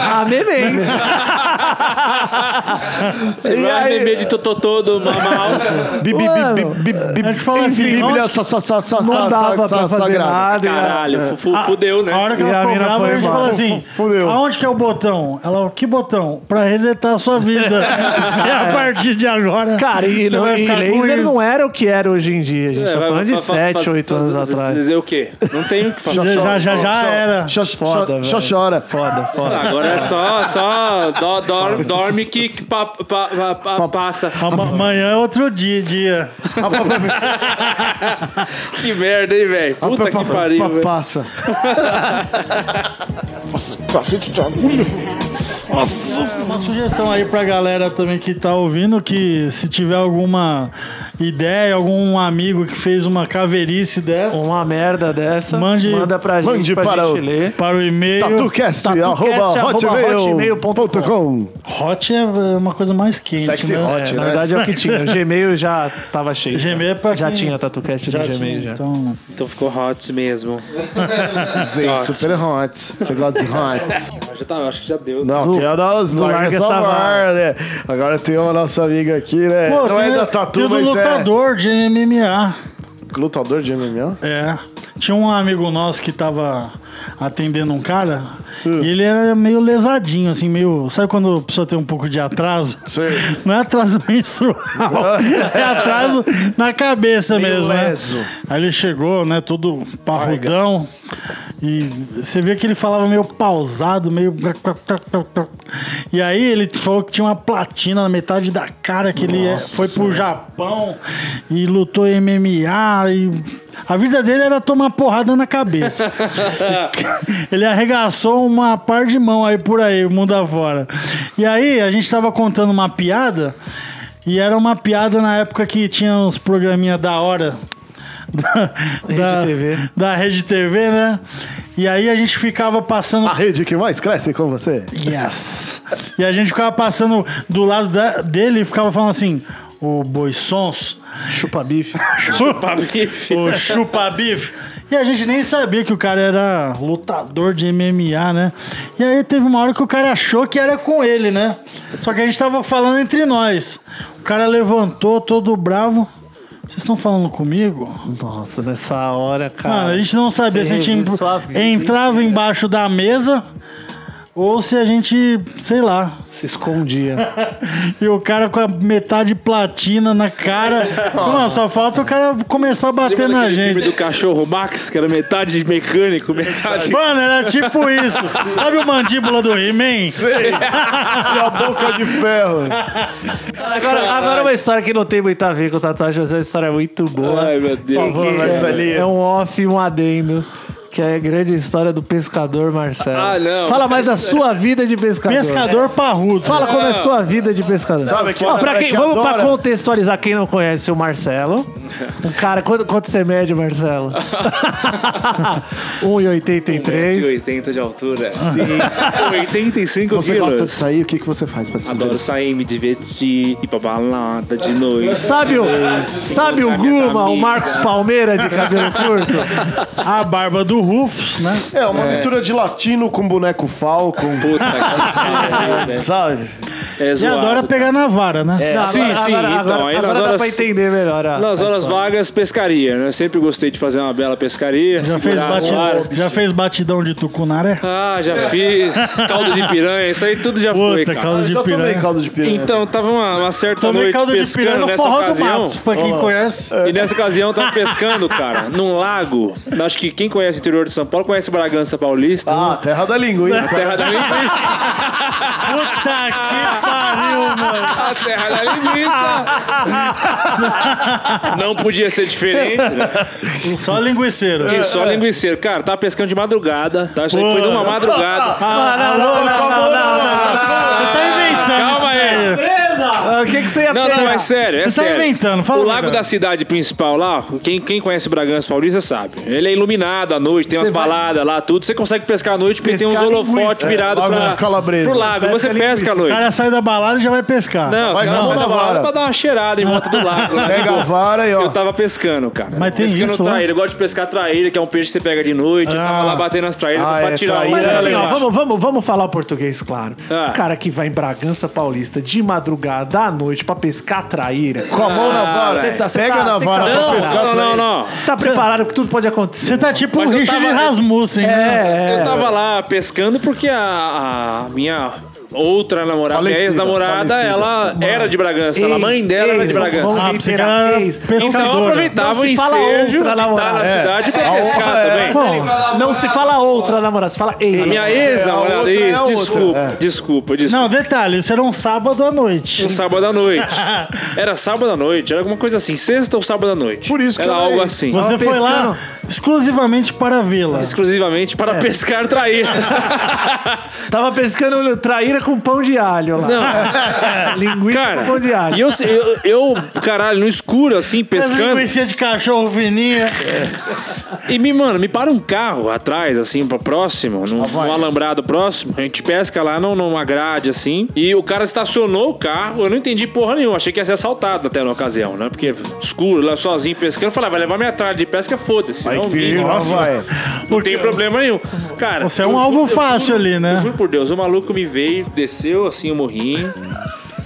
S1: a meme.
S4: [LAUGHS]
S2: Vai beber de tototô
S1: [LAUGHS]
S2: do mamal.
S3: Bi- bi-
S1: Mano,
S3: bi- bi- bi- bi-
S4: a gente fala assim,
S3: Bíblia
S4: onde-
S3: sa- sa- sa- sa-
S1: Não
S3: sa-
S1: dava
S3: sa-
S1: pra fazer
S3: sagrada.
S1: nada.
S2: Caralho, fu- fu- fudeu, né?
S4: A hora que
S1: E Ah, a
S4: ela ficou
S1: mina
S4: brava,
S1: foi
S4: a gente
S1: embora.
S4: fala assim:
S3: Fudeu.
S4: aonde que é o botão? Ela, que botão? Pra resetar a sua
S1: [LAUGHS]
S4: vida. [LAUGHS] é a partir de agora.
S1: Cara, e,
S4: você
S1: não,
S4: vai
S1: e
S4: ficar com
S1: laser
S4: isso.
S1: não era o que era hoje em dia, a gente tá
S2: É, vai-
S1: falando de
S2: fa- fa-
S1: 7,
S2: faz-
S1: 8
S2: faz-
S1: anos atrás.
S2: Dizer o quê? Não tem o que falar.
S4: Já, já, já, já
S3: Só-
S4: era.
S3: só-
S1: Foda,
S3: Só
S1: velho.
S3: só chora.
S1: Foda,
S3: [LAUGHS]
S1: foda.
S2: Agora é só, só dó- dó- dorme que, que pa- pa- pa- pa- passa.
S4: Amanhã é outro dia. dia.
S3: Ah,
S2: Que merda, hein, velho? Puta que pariu, velho.
S3: Passa.
S4: É, Uma sugestão aí pra galera também que tá ouvindo, que se tiver alguma ideia, algum amigo que fez uma caverice dessa,
S1: Uma merda dessa,
S4: Mande-
S1: manda pra gente,
S3: mande
S1: pra
S3: para
S1: gente
S3: o-
S1: ler.
S4: para o e-mail.
S3: Tatucast, arroba
S1: arroba
S3: hotmail.com.
S4: Hot é uma coisa mais quente,
S3: Sexy
S4: né?
S3: hot.
S1: É, na verdade é o que tinha. O Gmail já tava cheio.
S4: Gmail é pra
S1: Já
S4: quem-
S1: tinha TatuCast
S4: Já
S1: no
S4: tinha,
S1: Gmail já.
S4: Então,
S2: Então ficou hot mesmo.
S3: Gente, super hot. Você gosta de [LAUGHS] hot?
S2: Já tá, acho que já deu.
S3: Não, tem a nossa
S1: do
S3: Larga
S1: Larga
S3: Essa
S1: Essa
S3: Vara, né? Agora tem uma nossa amiga aqui, né?
S4: Pô,
S3: Não
S4: tem-
S3: é da Tatu,
S4: tem do
S3: mas é...
S4: lutador de MMA.
S3: Lutador de MMA?
S4: É. Tinha um amigo nosso que tava atendendo um cara
S3: Hum.
S4: e ele era meio lesadinho, assim, meio. Sabe quando a pessoa tem um pouco de atraso?
S3: Sei.
S4: [LAUGHS] Não é atraso menstrual,
S3: Ah,
S4: é atraso na cabeça
S3: Meio
S4: mesmo. né?
S3: leso.
S4: Aí ele chegou, né, todo parrudão. E você vê que ele falava meio pausado, meio. E aí ele falou que tinha uma platina na metade da cara, que ele é- foi pro Japão e lutou MMA. E... A vida dele era tomar porrada na cabeça. ele arregaçou uma par de mão aí por aí, o mundo afora. E aí a gente tava contando uma piada. E era uma piada na época que tinha uns programinha da hora [LAUGHS] da,
S1: Rede
S4: da-
S1: TV.
S4: da Rede TV, né? E aí a gente ficava passando
S3: A rede que mais cresce com você.
S4: Yes. E a gente ficava passando do lado da- dele e ficava falando assim: o boi sons,
S1: Chupa bife.
S2: Pra mim, filho.
S4: o chupa bife. E a gente nem sabia que o cara era lutador de MMA, né? E aí teve uma hora que o cara achou que era com ele, né? Só que a gente tava falando entre nós. O cara levantou todo bravo. Vocês estão falando comigo?
S1: Nossa, nessa hora,
S2: Tá.
S1: cara.
S4: Mano, a gente não sabia
S1: você
S4: se a gente
S1: reviu sua vida
S2: né?
S4: entrava embaixo da mesa ou se a gente, sei lá,
S1: Se escondia.
S4: E o cara com a metade platina na
S2: [LAUGHS]
S4: cara. Mano, só falta o cara começar a bater
S2: Lembra
S4: Tá na
S2: daquele filme
S4: gente.
S2: do cachorro Max, que era metade de mecânico, metade.
S4: Mano, era tipo isso. Sabe o mandíbula do He-Man?
S3: a boca de ferro.
S1: Agora, agora é uma história que não tem muito a ver com tatuagem, mas é uma história muito boa.
S2: Ai, meu
S3: Por
S2: Deus.
S3: favor,
S1: é,
S3: Marcelinho.
S1: um off e um adendo. Que é a grande história do pescador, Marcelo.
S2: Ah, não.
S1: Fala mais da sua vida de pescador.
S4: É Pescador parrudo.
S1: Fala como é a sua vida de pescador.
S3: Sabe aquele
S1: Ó, pra
S3: cara
S1: quem,
S3: que
S1: vamos
S3: adora-
S1: pra contextualizar quem não conhece o
S3: [LAUGHS]
S1: Marcelo. Um cara, quanto, quanto você mede, Marcelo? 1,83.
S2: 80 de altura. 85
S3: Você
S2: quilos.
S3: gosta de sair? O que, que você faz pra se
S2: Adoro sair, me divertir, ir pra balada de noite.
S1: Sabe o, sabe o
S2: Minhas
S1: Guma, o
S2: amigas.
S1: Marcos Palmeira de cabelo curto?
S3: [LAUGHS]
S4: A barba do Rufus, né?
S3: É, uma mistura de latino com boneco falco.
S2: Puta
S3: né?
S2: que
S3: Sabe?
S2: pariu. É
S4: E
S2: zoado.
S4: adora pegar na vara, né?
S3: É,
S1: Não,
S2: Sim, sim, então, aí nas
S1: agora dá
S2: horas-
S1: pra
S3: assim.
S1: entender melhor. a-
S2: Nas
S1: a
S2: horas
S1: história.
S2: vagas, pescaria, né? Sempre gostei de fazer uma bela pescaria.
S4: Já fez,
S2: segurar as varas.
S4: batidão, já fez batidão de tucunaré?
S2: Ah, É, já fiz. Caldo de piranha, isso aí tudo já foi,
S4: Puta,
S2: cara. Ah,
S4: caldo de
S3: Eu tomei
S4: piranha.
S3: caldo de piranha.
S2: Então, tava uma, uma certa
S4: Tomei
S2: noite
S4: caldo de piranha
S2: pescando
S4: no
S2: nessa
S4: forró do
S2: ocasião. É.
S4: mato, pra quem conhece.
S2: E nessa ocasião tava pescando, cara, num lago. Acho que quem conhece o interior de São Paulo conhece Bragança Paulista.
S3: Ah, [LAUGHS] terra da linguiça.
S2: Terra da linguiça!
S4: Puta que pariu, mano.
S2: A terra da linguiça! Não podia ser diferente, né?
S4: Só linguiceiro.
S2: E só linguiceiro. Cara, tava pescando de madrugada, tá? Isso aí foi numa madrugada.
S1: Ah, não, não, não, não, não, não, não.
S4: Você tá inventando
S2: Calma
S4: isso
S2: aí.
S4: daí.
S1: Ah, O que, que você ia
S2: Não, não,
S1: pegar?
S2: mas sério, é
S4: Você tá
S2: sério.
S4: inventando, fala
S2: O
S4: aí,
S2: lago
S4: cara.
S2: da cidade principal lá, quem, quem conhece Bragança Paulista sabe. Ele é iluminado à noite, tem umas
S1: vai-
S2: baladas lá, tudo. Você consegue pescar à noite porque tem uns
S1: Pescar
S2: holofotes
S1: linguiça.
S2: virados
S3: É, lago
S2: pra,
S3: Calabresa.
S2: pro lago.
S1: Pesca
S2: Você pesca à
S1: linguiça.
S4: O
S2: noite.
S4: cara sai da balada e já vai pescar.
S2: Não,
S3: Vai,
S2: cara,
S3: mão
S2: sai
S3: na
S2: da balada
S3: vara.
S2: pra dar uma cheirada em volta do lago. né?
S3: Pega a vara e ó.
S2: Eu tava pescando, cara.
S4: Mas tem
S2: pescando
S4: isso,
S2: traíra. Eu gosto de pescar traíra, que é um peixe que você pega de noite. Eu tava lá batendo as traíras
S3: Ah,
S2: pra
S3: é,
S2: tirar
S3: traíra
S1: Mas
S3: Irã,
S1: assim, ó,
S2: legal.
S1: vamos, vamos, vamos falar o português, claro.
S2: Ah.
S1: O cara que vai em Bragança Paulista de madrugada à noite pra pescar traíra.
S3: Com a mão na vara.
S1: cê tá- cê
S3: Ah, Pega
S1: tá-
S3: na
S1: cê
S3: vara
S1: tá-
S3: pra
S2: Não,
S3: pescar.
S2: não, não, não.
S1: Você tá preparado que tudo pode acontecer?
S4: Você tá tipo o
S2: Mas eu
S4: Richard
S2: tava-
S4: Rasmussen, né?
S1: É,
S2: Eu tava lá pescando porque a, a minha outra namorada, minha
S3: Falecida,
S2: ex-namorada,
S3: falecida.
S2: ela era de Bragança. é a mãe dela era de Bragança.
S4: Ah,
S1: Vamos
S4: pensei que
S1: reiterar,
S4: era
S1: ex.
S4: pescadora.
S2: Então eu aproveitava
S1: Não
S2: o
S1: se fala
S2: ensejo de
S1: outra
S2: estar na
S1: namorada.
S2: cidade pra
S3: A
S2: pescar
S3: outra é-
S2: também.
S4: Bom,
S1: Não se fala outra namorada, se fala ex.
S2: Minha
S3: a
S2: ex-namorada,
S3: outra é a
S2: isso,
S3: outra.
S2: desculpa,
S3: É.
S2: desculpa, desculpa.
S4: Não, detalhe, isso era um sábado à noite.
S2: Um sábado à noite. Era sábado à noite, era alguma coisa assim, sexta ou sábado à noite.
S3: Por isso que
S2: Era
S3: ela é
S2: algo
S3: isso.
S2: assim.
S4: Você
S1: Tava
S4: foi lá exclusivamente para a vila.
S2: Exclusivamente
S3: É.
S2: para pescar traíras.
S1: Tava pescando traíra com pão de alho lá. [LAUGHS] Linguiça
S2: Cara,
S1: com pão de alho.
S2: e eu, eu, eu, caralho, no escuro,
S3: É,
S2: assim,
S4: As
S2: pescando.
S4: linguiçinha de cachorro fininha.
S2: E me, mano, me para um carro atrás, assim, pra próximo, num, num alambrado próximo. A gente pesca lá num- numa grade, assim. E o cara estacionou o carro. Eu não entendi porra nenhuma. Achei que ia ser assaltado até na ocasião, né? Porque escuro, lá sozinho pescando. Eu falei, ah, vai levar minha tralha de pesca, foda-se. Não, não,
S3: Nossa, vai.
S2: não tem problema nenhum. Cara.
S4: Você é
S2: eu
S4: um
S2: ju-
S4: alvo
S2: eu
S4: fácil
S2: juro-
S4: ali,
S2: Eu
S4: né?
S2: juro por Deus, o maluco me veio, desceu assim o morrinho.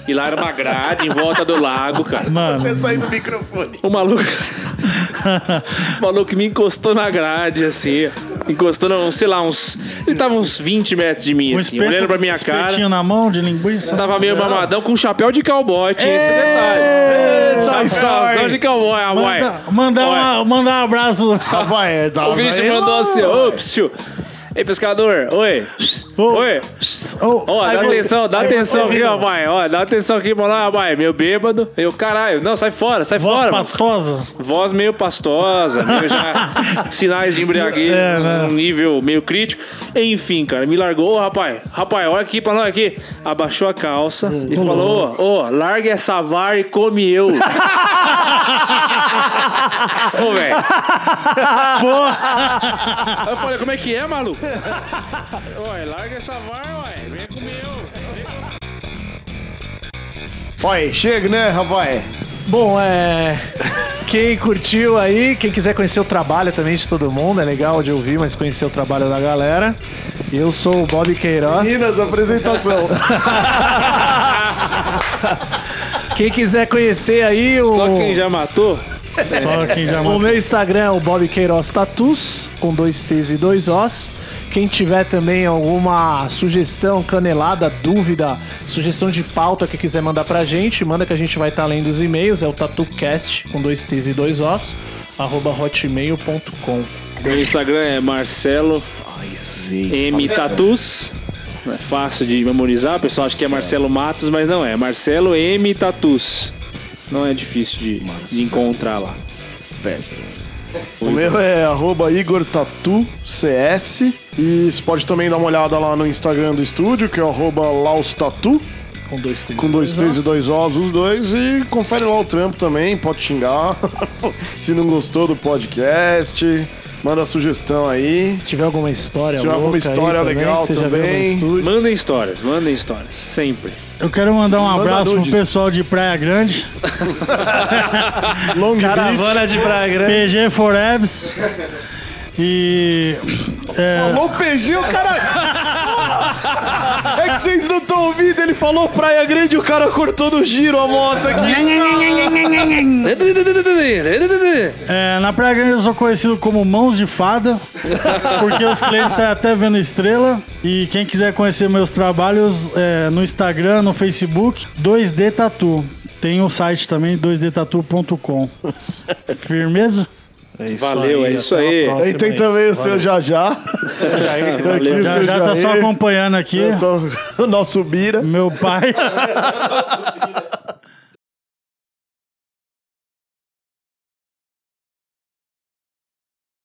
S2: E lá era uma grade em volta do lago, cara.
S4: Mano,
S3: Sai do microfone.
S2: O maluco. [LAUGHS] o maluco me encostou na grade, assim. Encostou, não, sei lá, uns. Ele tava uns 20 metros de mim,
S4: um
S2: assim,
S4: espeto-
S2: olhando pra minha
S4: espetinho
S2: cara.
S4: na mão de linguiça.
S2: Tava meio mamadão com um chapéu de cowboy, tinha esse detalhe.
S3: Toy
S2: É, Chapéuzão
S3: Story.
S2: de cowboy, a boy.
S4: Manda, mandar,
S2: Ué. Tá,
S4: uma- mandar um abraço.
S1: é,
S3: Vai, dá
S2: O bicho mandou assim, ô, psiu. Ei, pescador, oi. Oi. Ó, dá atenção, dá atenção aqui, ó, mãe. Ó, dá atenção aqui, vamos lá, mãe. Meu bêbado. Eu, caralho. Não, sai fora, sai
S4: Voz
S2: fora. mano.
S4: pastosa.
S2: voz meio pastosa, meio
S4: [LAUGHS]
S2: já sinais de embriaguez,
S4: É, né?
S2: um nível meio crítico. Enfim, cara, me largou, ô rapaz, rapaz, olha aqui pra nós aqui. Abaixou a calça
S4: Hum,
S2: e
S4: [LAUGHS]
S2: falou, ô, ô, larga essa vara e come eu. Ô, velho. Aí Eu falei, como é que é, maluco? Ué, larga essa vara, ué. Vem com o meu. Vem com-
S3: Olha, chega, né, rapaz?
S1: Bom, é. Quem curtiu aí, quem quiser conhecer o trabalho também de todo mundo, é legal de ouvir, mas conhecer o trabalho da galera. Eu sou o Bob Queiroz.
S3: Minas, apresentação.
S1: Quem quiser conhecer aí o.
S2: Só quem já matou,
S4: Só quem já
S1: É. O
S4: mandou.
S1: meu Instagram é o Bob Queiroz Tatus, com dois T's e dois Os. Quem tiver também alguma sugestão, canelada, dúvida, sugestão de pauta que quiser mandar pra gente, manda que a gente vai estar lendo os e-mails. É o TatuCast, com dois T's e dois Os, arroba hotmail.com.
S2: meu Instagram é Marcelo M Tatus. Não é fácil de memorizar, o pessoal acha que é Marcelo Matos, mas não é. É Marcelo M Tatus. Não é difícil de, de encontrar lá.
S3: [LAUGHS] O meu é arroba IgorTatuCS. E você pode também dar uma olhada lá no Instagram do estúdio, que é o arroba LausTatu,
S1: Com dois T's
S3: com dois, três e dois Os, os dois. E confere lá o trampo também, pode xingar. [LAUGHS] Se não gostou do podcast, manda sugestão aí.
S1: Se tiver alguma história
S3: Se tiver alguma
S1: louca aí
S3: história
S1: também,
S3: legal
S1: que você já viu no
S3: também.
S1: estúdio.
S2: Mandem histórias, mandem histórias. Sempre.
S4: Eu quero mandar um abraço pro
S3: nudes.
S4: pessoal de Praia
S2: [LAUGHS]
S4: Grande.
S3: Long Beach.
S1: Caravana de Praia Grande.
S4: PG Forevs. E. É,
S3: Alô, PG, o cara. É que vocês não estão ouvindo, ele falou Praia Grande e o cara cortou no giro a moto aqui.
S4: é, na Praia Grande eu sou conhecido como Mãos de Fada, porque os clientes saem até vendo estrela. E quem quiser conhecer meus trabalhos é, no Instagram, no Facebook, 2D Tatu. Tem o site também, 2dtatu.com. Firmeza?
S2: Valeu, é isso aí.
S3: Aí tem também o seu Jajá. Aqui o
S4: Já
S3: seu
S4: já tá só
S3: Jair.
S4: acompanhando aqui.
S3: Eu tô- O nosso Bira.
S4: Meu pai.